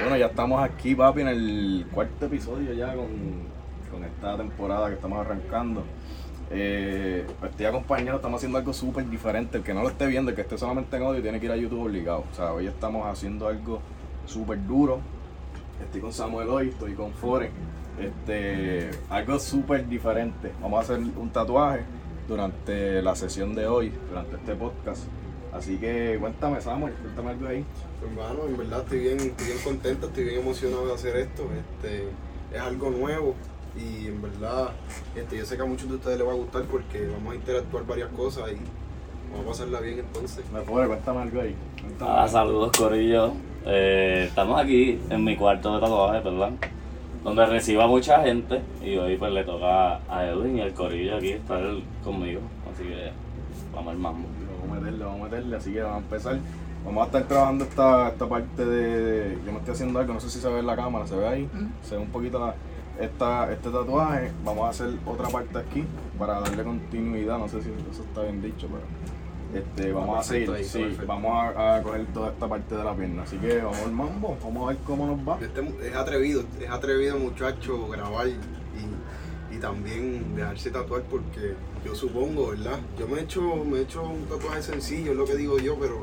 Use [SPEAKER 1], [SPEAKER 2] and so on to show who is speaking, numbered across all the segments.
[SPEAKER 1] Bueno, ya estamos aquí, papi, en el cuarto episodio ya con, con esta temporada que estamos arrancando. Eh, estoy acompañado, estamos haciendo algo súper diferente. El que no lo esté viendo, el que esté solamente en audio, tiene que ir a YouTube obligado. O sea, hoy estamos haciendo algo súper duro. Estoy con Samuel hoy, estoy con Foren. Este, algo súper diferente. Vamos a hacer un tatuaje durante la sesión de hoy, durante este podcast. Así que cuéntame, Samuel, cuéntame algo ahí.
[SPEAKER 2] Hermano, Pues, en verdad estoy bien, estoy bien contento, estoy bien emocionado de hacer esto. Este, es algo nuevo y en verdad este, yo sé que a muchos de ustedes les va a gustar porque vamos a interactuar varias cosas y vamos a pasarla bien entonces.
[SPEAKER 1] Me pobre, cuéntame algo ahí. Cuéntame.
[SPEAKER 3] Ah, saludos Corillo. Eh, estamos aquí en mi cuarto de tatuaje, ¿verdad? Donde recibo a mucha gente y hoy pues le toca a Edwin y el Corillo aquí estar conmigo. Así que vamos al mambo.
[SPEAKER 1] Vamos a meterle, vamos a meterle, así que vamos a empezar. Vamos a estar trabajando esta, esta parte de. Yo me estoy haciendo algo, no sé si se ve en la cámara, se ve ahí, se ve un poquito la- esta, este tatuaje. Vamos a hacer otra parte aquí para darle continuidad, no sé si eso está bien dicho, pero. Este, vamos a seguir,
[SPEAKER 2] perfecto ahí, está
[SPEAKER 1] sí,
[SPEAKER 2] perfecto.
[SPEAKER 1] vamos a, a coger toda esta parte de la pierna. Así que vamos al mambo, vamos a ver cómo nos va.
[SPEAKER 2] Este mu- es atrevido, es atrevido muchacho grabar y, y también dejarse tatuar porque yo supongo, ¿verdad? Yo me he hecho, me he hecho un tatuaje sencillo, es lo que digo yo, pero,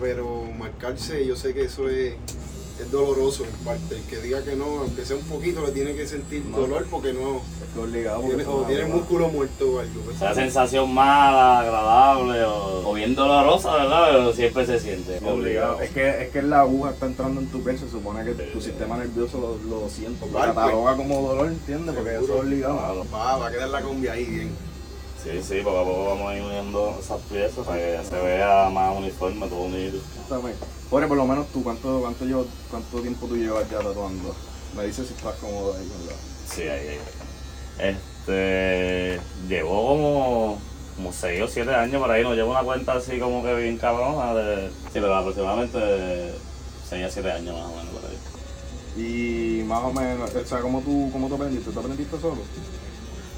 [SPEAKER 2] pero marcarse yo sé que eso es, es doloroso en parte. El que diga que no, aunque sea un poquito, le tiene que sentir
[SPEAKER 1] No.
[SPEAKER 2] dolor porque no,
[SPEAKER 1] Estoy obligado porque
[SPEAKER 2] tiene,
[SPEAKER 1] esto
[SPEAKER 2] o
[SPEAKER 1] me
[SPEAKER 2] tiene
[SPEAKER 1] va a-
[SPEAKER 2] músculo muerto o algo. pues.
[SPEAKER 3] Esa sensación mala, agradable o, o bien dolorosa, ¿verdad? Pero siempre se siente.
[SPEAKER 1] Obligado. Es que, es que la aguja está entrando en tu piel, se supone que tu sistema nervioso lo, lo siente, lo
[SPEAKER 3] pues.
[SPEAKER 2] Vale,
[SPEAKER 1] cataloga como dolor, ¿entiendes? Porque eso es
[SPEAKER 2] Seguro.
[SPEAKER 1] obligado.
[SPEAKER 2] Va, va a quedar la combi ahí bien.
[SPEAKER 3] Sí, sí, poco a poco vamos a ir uniendo esas piezas para que se vea más uniforme, todo unido.
[SPEAKER 1] Exactamente. Jorge, por lo menos tú, ¿cuánto, cuánto, llevo- cuánto tiempo tú llevas ya tatuando? Me dices si estás cómodo ahí con la...
[SPEAKER 3] Sí, ahí, ahí. Este. Llevo como. Como 6 o 7 años por ahí, no llevo una cuenta así como que bien cabrona de. Sí, pero aproximadamente 6 a 7 años más o menos por ahí.
[SPEAKER 1] Y más o menos, o sea, ¿cómo tú, cómo tú aprendiste? ¿Tú aprendiste solo?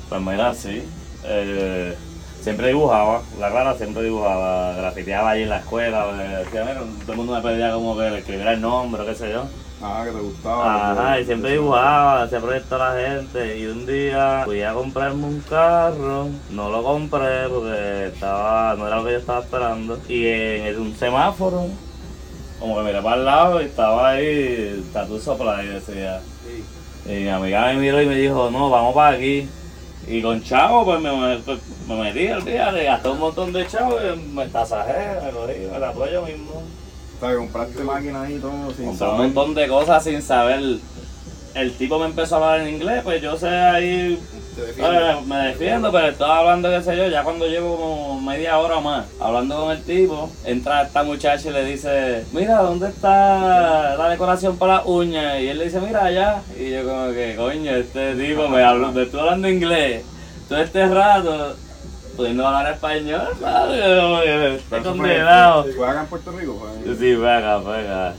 [SPEAKER 3] Pues mira, sí. eh, siempre dibujaba, la clara siempre dibujaba, grafiteaba ahí en la escuela, me decía, "Mira", todo el mundo me pedía como que le escribiera el nombre, o qué sé yo.
[SPEAKER 1] Ah, que te gustaba.
[SPEAKER 3] Ajá,
[SPEAKER 1] que-
[SPEAKER 3] y siempre dibujaba, hacía proyectos a la gente. Y un día fui a comprarme un carro, no lo compré porque estaba, no era lo que yo estaba esperando. Y en el- un semáforo, como que miré para el lado y estaba ahí, tatu sopla y decía.
[SPEAKER 2] Sí.
[SPEAKER 3] Y mi amiga me miró y me dijo, no, vamos para aquí. Y con chavo, pues me, me, me metí al día, le gasté un montón de chavo y me tasajé, me cogí, me tatué yo mismo.
[SPEAKER 1] O sea, que compraste máquinas ahí y todo sin
[SPEAKER 3] Compré un
[SPEAKER 1] saber.
[SPEAKER 3] montón de cosas sin saber. El tipo me empezó a hablar en inglés, pues yo sé ahí,
[SPEAKER 2] Te defiendes.
[SPEAKER 3] eh, me defiendo, pero estaba hablando, qué sé yo, ya cuando llevo como media hora o más hablando con el tipo, entra esta muchacha y le dice, mira, ¿dónde está la decoración para las uñas? Y él le dice, mira allá. Y yo como que, coño, este tipo me habló, me estuvo hablando inglés todo este rato, pudiendo hablar español, ¿sabes? Yo como que
[SPEAKER 1] Pero
[SPEAKER 3] Estoy
[SPEAKER 1] eso fue-
[SPEAKER 3] condenado.
[SPEAKER 1] ¿Fue acá en Puerto Rico? Fue-
[SPEAKER 3] Sí, venga, venga.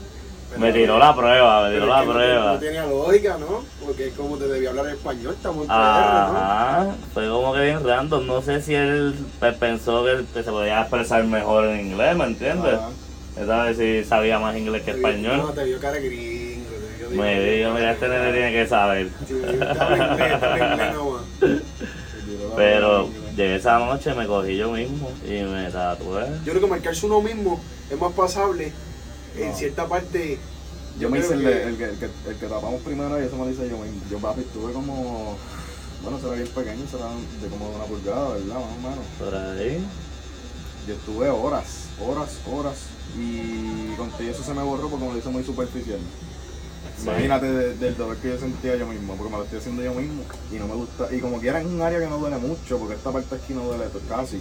[SPEAKER 3] Me tiró la prueba, me
[SPEAKER 2] Pero
[SPEAKER 3] tiró
[SPEAKER 2] es
[SPEAKER 3] la
[SPEAKER 2] que no- No,
[SPEAKER 3] prueba.
[SPEAKER 2] tenía lógica, ¿no? Porque es como te debía hablar español, estamos en
[SPEAKER 3] Ah,
[SPEAKER 2] PR, ¿no?
[SPEAKER 3] Ajá, fue como que bien random. No sé si él pe- pensó que que se podía expresar mejor en inglés, ¿me entiendes?
[SPEAKER 1] Ah.
[SPEAKER 3] Esta si sabía más inglés que
[SPEAKER 2] Te vio- No,
[SPEAKER 3] español.
[SPEAKER 2] te vio cara de gringo. te vio de-
[SPEAKER 3] Me dijo, mira, este nene tiene que saber.
[SPEAKER 2] Sí, me dijo, "Te hablo inglés, te hablo inglés nomás".
[SPEAKER 3] Pero llegué esa noche, me cogí yo mismo y me tatué.
[SPEAKER 2] Yo creo que marcarse uno mismo es más pasable en
[SPEAKER 1] No.
[SPEAKER 2] cierta parte.
[SPEAKER 1] Yo me hice
[SPEAKER 2] creo
[SPEAKER 1] el,
[SPEAKER 2] que-
[SPEAKER 1] de- el, que, el, que, el que tapamos primero y eso me lo hice yo mismo. Yo papi estuve como, bueno, será bien pequeño, será de como de una pulgada, ¿verdad? Más o menos.
[SPEAKER 3] Por ahí.
[SPEAKER 1] Yo estuve horas, horas, horas. Y conté eso se me borró porque me lo hice muy superficial. Imagínate de- del dolor que yo sentía yo mismo, porque me lo estoy haciendo yo mismo. Y no me gusta. Y como quiera es un área que no duele mucho, porque esta parte aquí no duele pues, casi.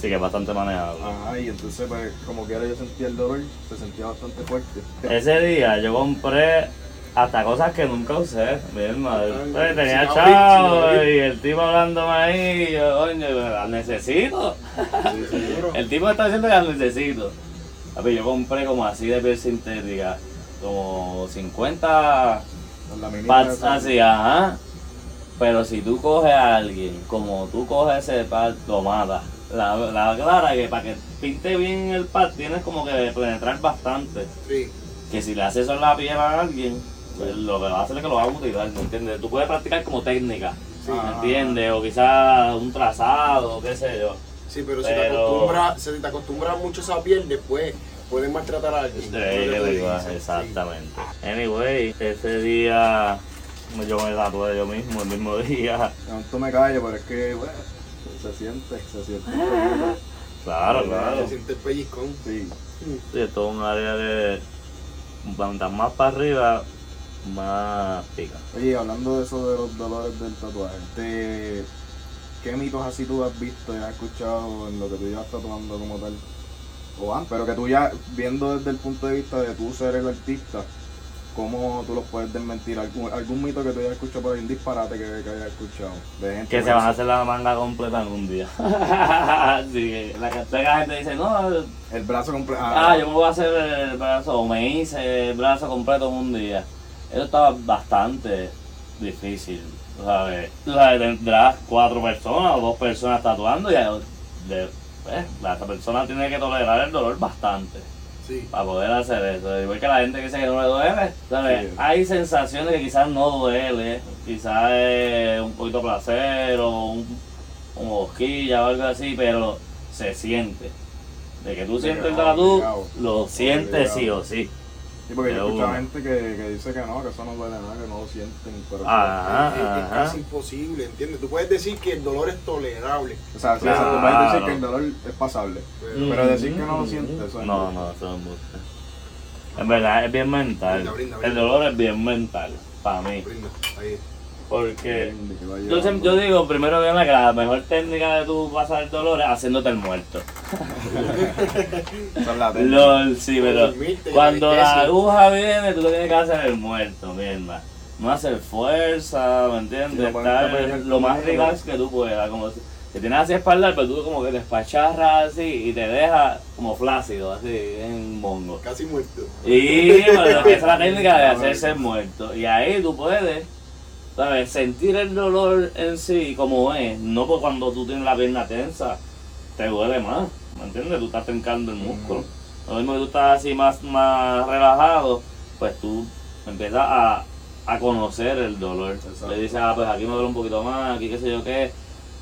[SPEAKER 3] Sí, que es bastante manejable.
[SPEAKER 1] Ajá, y entonces pues como quiera yo sentía el dolor, se sentía bastante fuerte.
[SPEAKER 3] Ese día yo compré hasta cosas que nunca usé, mi hermano. Entonces, tenía
[SPEAKER 2] sin
[SPEAKER 3] chavo
[SPEAKER 2] abrir.
[SPEAKER 3] y el tipo hablándome ahí, y yo, coño, las necesito.
[SPEAKER 1] Sí, sí.
[SPEAKER 3] El tipo está diciendo que las necesito. A ver, yo compré como así de piel sintética, como 50
[SPEAKER 1] Con la minita
[SPEAKER 3] pads
[SPEAKER 1] esa.
[SPEAKER 3] así, ajá. Pero si tú coges a alguien, como tú coges ese pad, lo matas. La, la clara que para que pinte bien el pad tienes como que penetrar bastante.
[SPEAKER 2] Sí.
[SPEAKER 3] Que si le haces eso en la piel a alguien, pues lo que va a hacer es que lo va a mutilar, ¿me entiendes? Tú puedes practicar como técnica,
[SPEAKER 2] Sí.
[SPEAKER 3] ¿me entiendes? O quizás un trazado, qué sé yo.
[SPEAKER 2] Sí, pero, si te
[SPEAKER 3] Pero-
[SPEAKER 2] acostumbras, si te acostumbras mucho a esa piel, después puedes maltratar a alguien.
[SPEAKER 3] Sí,
[SPEAKER 2] Yo creo que
[SPEAKER 3] le
[SPEAKER 2] lo
[SPEAKER 3] digo,
[SPEAKER 2] dicen,
[SPEAKER 3] exactamente. Anyway, ese día yo me tatué yo mismo, el mismo día.
[SPEAKER 1] Tanto me callo, pero es que, bueno, se siente, se siente.
[SPEAKER 3] Ah. Claro,
[SPEAKER 2] sí.
[SPEAKER 3] claro.
[SPEAKER 2] Se siente el pellizcón.
[SPEAKER 1] Sí.
[SPEAKER 3] Sí, esto es un área de. Cuantas más para arriba, más pica.
[SPEAKER 1] Oye, hablando de eso de los dolores del tatuaje, te- ¿qué mitos así tú has visto y has escuchado en lo que tú llevas tatuando como tal? O antes, pero que tú ya, viendo desde el punto de vista de tú ser el artista, ¿cómo tú los puedes desmentir? ¿Algún, algún mito que tú hayas escuchado por ahí, un disparate que, que hayas escuchado? De gente
[SPEAKER 3] Que se van a hacer la manga completa en un día. sí, la cantidad de gente dice, no,
[SPEAKER 1] pues, El brazo completo.
[SPEAKER 3] Ah, yo me voy a hacer el brazo, o me hice el brazo completo en un día. Eso estaba bastante difícil, tú ¿sabes? Tú sabes, tendrás cuatro personas o dos personas tatuando y de- pues, la otra persona tiene que tolerar el dolor bastante
[SPEAKER 2] Sí.
[SPEAKER 3] para poder hacer eso. Igual que la gente que dice que no le duele, ¿sabes?
[SPEAKER 1] Sí.
[SPEAKER 3] Hay sensaciones que quizás no duele, quizás es un poquito placer o un, una o algo así, pero se siente. De que tú sientes el
[SPEAKER 1] Obligado,
[SPEAKER 3] tatu,
[SPEAKER 1] obligado.
[SPEAKER 3] lo sientes sí o sí.
[SPEAKER 1] Sí, porque yo he escuchado
[SPEAKER 3] Seguro.
[SPEAKER 1] gente que, que dice que no, que eso no duele nada, que no lo sienten. Pero
[SPEAKER 3] Ajá,
[SPEAKER 2] Es- es, es
[SPEAKER 3] ajá.
[SPEAKER 2] casi imposible, ¿entiendes? Tú puedes decir que el dolor es tolerable,
[SPEAKER 1] O sea, sí, o sea, tú vas a decir
[SPEAKER 3] Claro.
[SPEAKER 1] que el dolor es pasable.
[SPEAKER 2] pero
[SPEAKER 1] Mm. Pero decir que no lo sientes, eso es
[SPEAKER 3] No,
[SPEAKER 1] embuste.
[SPEAKER 3] no, eso es embuste. En verdad, es bien mental.
[SPEAKER 2] Brinda, brinda, brinda.
[SPEAKER 3] El dolor es bien mental, para mí.
[SPEAKER 2] Brinda, ahí es.
[SPEAKER 3] Porque...
[SPEAKER 1] de que va
[SPEAKER 3] Yo, siem-
[SPEAKER 1] llegando.
[SPEAKER 3] yo digo, primero que nada, que la mejor técnica de tu pasar el dolor es haciéndote el muerto.
[SPEAKER 1] Esa es la técnica.
[SPEAKER 3] LOL, sí, pero
[SPEAKER 2] Dormirte y
[SPEAKER 3] cuando la
[SPEAKER 2] anestesia.
[SPEAKER 3] aguja viene, tú lo tienes que hacer el muerto, mierda. No hacer fuerza,
[SPEAKER 1] Sí,
[SPEAKER 3] ¿me entiendes?
[SPEAKER 1] lo pones-
[SPEAKER 3] Estar
[SPEAKER 1] lo pones en
[SPEAKER 3] lo
[SPEAKER 1] el
[SPEAKER 3] más
[SPEAKER 1] culo.
[SPEAKER 3] relax que tú puedas. Como si, si tienes así espaldar, pero tú como que te espacharras así y te deja como flácido, así, en mongo.
[SPEAKER 2] Casi muerto.
[SPEAKER 3] Y bueno, esa es la técnica de hacerse el muerto. Y ahí tú puedes, ¿sabes? Sentir el dolor en sí como es. No por cuando tú tienes la pierna tensa, te duele más. ¿Me entiendes? Tú estás trincando el músculo. Lo mismo que tú estás así más, más relajado, pues tú empiezas a, a conocer el dolor.
[SPEAKER 1] Exacto.
[SPEAKER 3] Le dices, ah, pues aquí me duele un poquito más, aquí qué sé yo qué.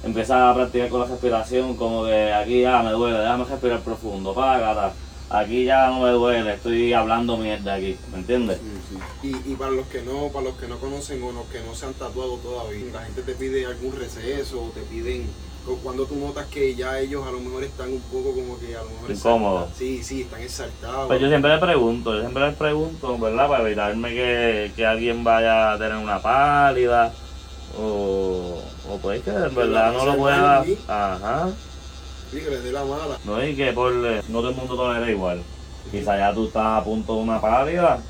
[SPEAKER 3] Empiezas a practicar con la respiración, como que aquí ya me duele, déjame respirar profundo, págata. Aquí ya no me duele, estoy hablando mierda aquí, ¿me entiendes?
[SPEAKER 1] Sí, sí.
[SPEAKER 2] Y, y para los que no, para los que no conocen o los que no se han tatuado todavía, la gente te pide algún receso o te piden o cuando tú notas que ya ellos a lo mejor están un poco como que a lo mejor
[SPEAKER 3] Incómodos.
[SPEAKER 2] exaltados. Sí, sí, están exaltados.
[SPEAKER 3] Pues yo siempre le pregunto, yo siempre les pregunto, ¿verdad? Para evitarme que, que alguien vaya a tener una pálida o, o pues que en verdad no lo pueda... Ajá.
[SPEAKER 2] Sí, que les dé la mala.
[SPEAKER 3] No, y que por, eh, no todo el mundo tolera igual. Quizá ya tú estás a punto de una pálida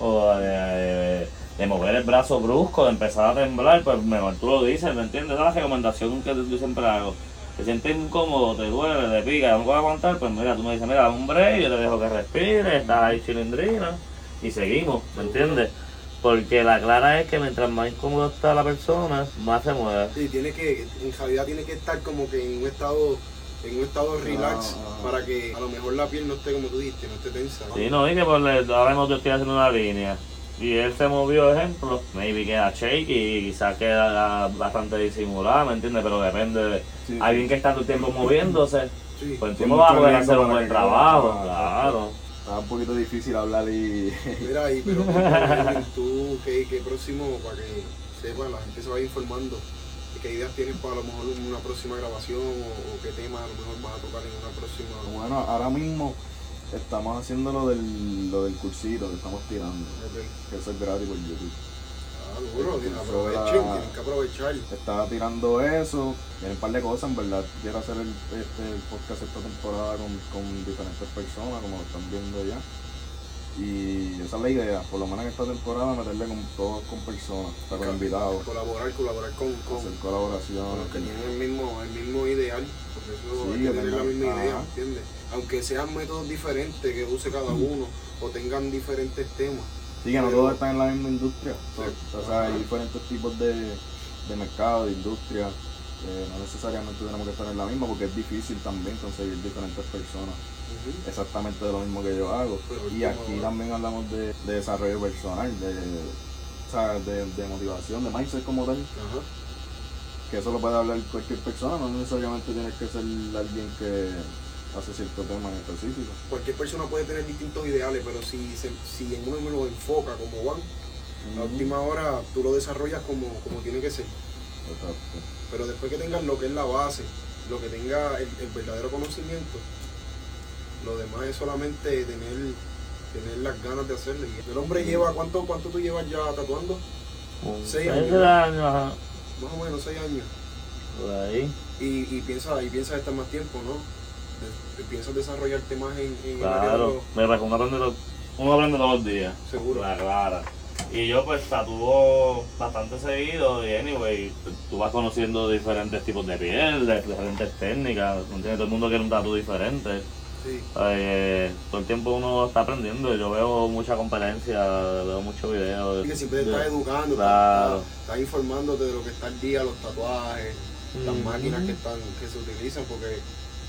[SPEAKER 3] o de, de- de mover el brazo brusco, de empezar a temblar, pues mejor tú lo dices, ¿me entiendes? Esa es la recomendación que yo siempre hago. Te sientes incómodo, te duele, te pica, no puedes aguantar, pues mira, tú me dices, mira, dame un break, yo te dejo que respires, estás ahí cilindrina y seguimos, ¿me entiendes? Porque la clara es que mientras más incómodo está la persona, más se mueve.
[SPEAKER 2] Sí, tiene que, en realidad tiene que estar como que en un estado, en un estado relax
[SPEAKER 1] Ah.
[SPEAKER 2] para que a lo mejor la piel no esté como tú dijiste, no esté tensa.
[SPEAKER 3] Sí, no, y que por el- ahora mismo yo estoy haciendo una línea. Y él se movió, ejemplo, maybe queda shake y quizás queda bastante disimulada, ¿me entiendes? Pero depende de
[SPEAKER 1] Sí.
[SPEAKER 3] alguien que está todo el tiempo moviéndose,
[SPEAKER 2] Sí.
[SPEAKER 3] pues
[SPEAKER 1] Sí,
[SPEAKER 3] tú no vas a
[SPEAKER 1] mucho
[SPEAKER 3] poder
[SPEAKER 1] riesgo
[SPEAKER 3] hacer un
[SPEAKER 1] para
[SPEAKER 3] buen
[SPEAKER 1] que quede
[SPEAKER 3] trabajo,
[SPEAKER 1] trabajada.
[SPEAKER 3] claro.
[SPEAKER 1] Está un poquito difícil hablar y.
[SPEAKER 2] Mira ahí, pero Melvin, tú, ¿qué, qué próximo, para que sepa, la gente se vaya informando, de qué ideas tienes para a lo mejor una próxima grabación o, o qué tema a lo mejor vas a tocar en una próxima.
[SPEAKER 1] Bueno, ahora mismo estamos haciendo lo del, lo del cursito que estamos tirando, que eso es gratis por YouTube.
[SPEAKER 2] Ah, duro,
[SPEAKER 1] Sí,
[SPEAKER 2] tienen-
[SPEAKER 1] pues,
[SPEAKER 2] aprovechen,
[SPEAKER 1] ahora-
[SPEAKER 2] tienen que aprovechar.
[SPEAKER 1] Estaba tirando eso, tiene un par de cosas, en verdad. Quiero hacer el, este, el podcast esta temporada con, con diferentes personas, como lo están viendo ya. Y esa es la idea, por lo menos en esta temporada meterle con todos con personas, o sea, con invitados,
[SPEAKER 2] Colaborar, colaborar con, con,
[SPEAKER 1] hacer
[SPEAKER 2] con los
[SPEAKER 1] colaboraciones.
[SPEAKER 2] que tienen el mismo, el mismo ideal, porque eso
[SPEAKER 1] Sí,
[SPEAKER 2] hay
[SPEAKER 1] que
[SPEAKER 2] que tener la
[SPEAKER 1] tengan-
[SPEAKER 2] misma idea,
[SPEAKER 1] ajá.
[SPEAKER 2] ¿entiendes? Aunque sean métodos diferentes que use cada uno o tengan diferentes temas.
[SPEAKER 1] Sí, que no todos están en la misma industria.
[SPEAKER 2] Sí.
[SPEAKER 1] O sea, hay diferentes tipos de, de mercado, de industria, eh, no necesariamente tenemos que estar en la misma porque es difícil también conseguir diferentes personas
[SPEAKER 2] Ujú.
[SPEAKER 1] exactamente lo mismo que yo hago.
[SPEAKER 2] Pero
[SPEAKER 1] Y
[SPEAKER 2] último,
[SPEAKER 1] aquí
[SPEAKER 2] ahora.
[SPEAKER 1] también hablamos de, de desarrollo personal, de, o sea, de, de motivación, de mindset como tal,
[SPEAKER 2] Ajá.
[SPEAKER 1] que eso lo puede hablar cualquier persona, no necesariamente tienes que ser alguien que hace cierto tema en específico.
[SPEAKER 2] Cualquier persona puede tener distintos ideales, pero si, se- si en uno me lo enfoca como van, a última hora tú lo desarrollas como, como tiene que ser.
[SPEAKER 1] Exacto.
[SPEAKER 2] Pero después que tengas lo que es la base, lo que tenga el, el verdadero conocimiento, lo demás es solamente tener, tener las ganas de hacerlo. Y el hombre lleva, ¿cuánto, cuánto tú llevas ya tatuando? Seis años.
[SPEAKER 3] años, ajá,
[SPEAKER 2] Más o menos seis años.
[SPEAKER 3] por ahí.
[SPEAKER 2] Y, y piensas y piensas estar más tiempo, ¿no? De- de- piensas desarrollarte más en, en el área de
[SPEAKER 3] Claro,
[SPEAKER 2] los-
[SPEAKER 3] me recomendaron de los, uno aprende todos los días.
[SPEAKER 2] Seguro.
[SPEAKER 3] La clara. Y yo pues tatúo bastante seguido y anyway, tú vas conociendo diferentes tipos de piel, de diferentes técnicas, ¿me entiendes? Todo el mundo quiere un tatu diferente.
[SPEAKER 2] Sí.
[SPEAKER 3] Eh, todo el tiempo uno está aprendiendo, yo veo mucha competencia, veo muchos videos.
[SPEAKER 2] Y que siempre te estás educando, estás-
[SPEAKER 3] Claro.
[SPEAKER 2] estás, estás informándote de lo que está al día, los tatuajes, las
[SPEAKER 3] Ujú.
[SPEAKER 2] máquinas que están, que se utilizan, porque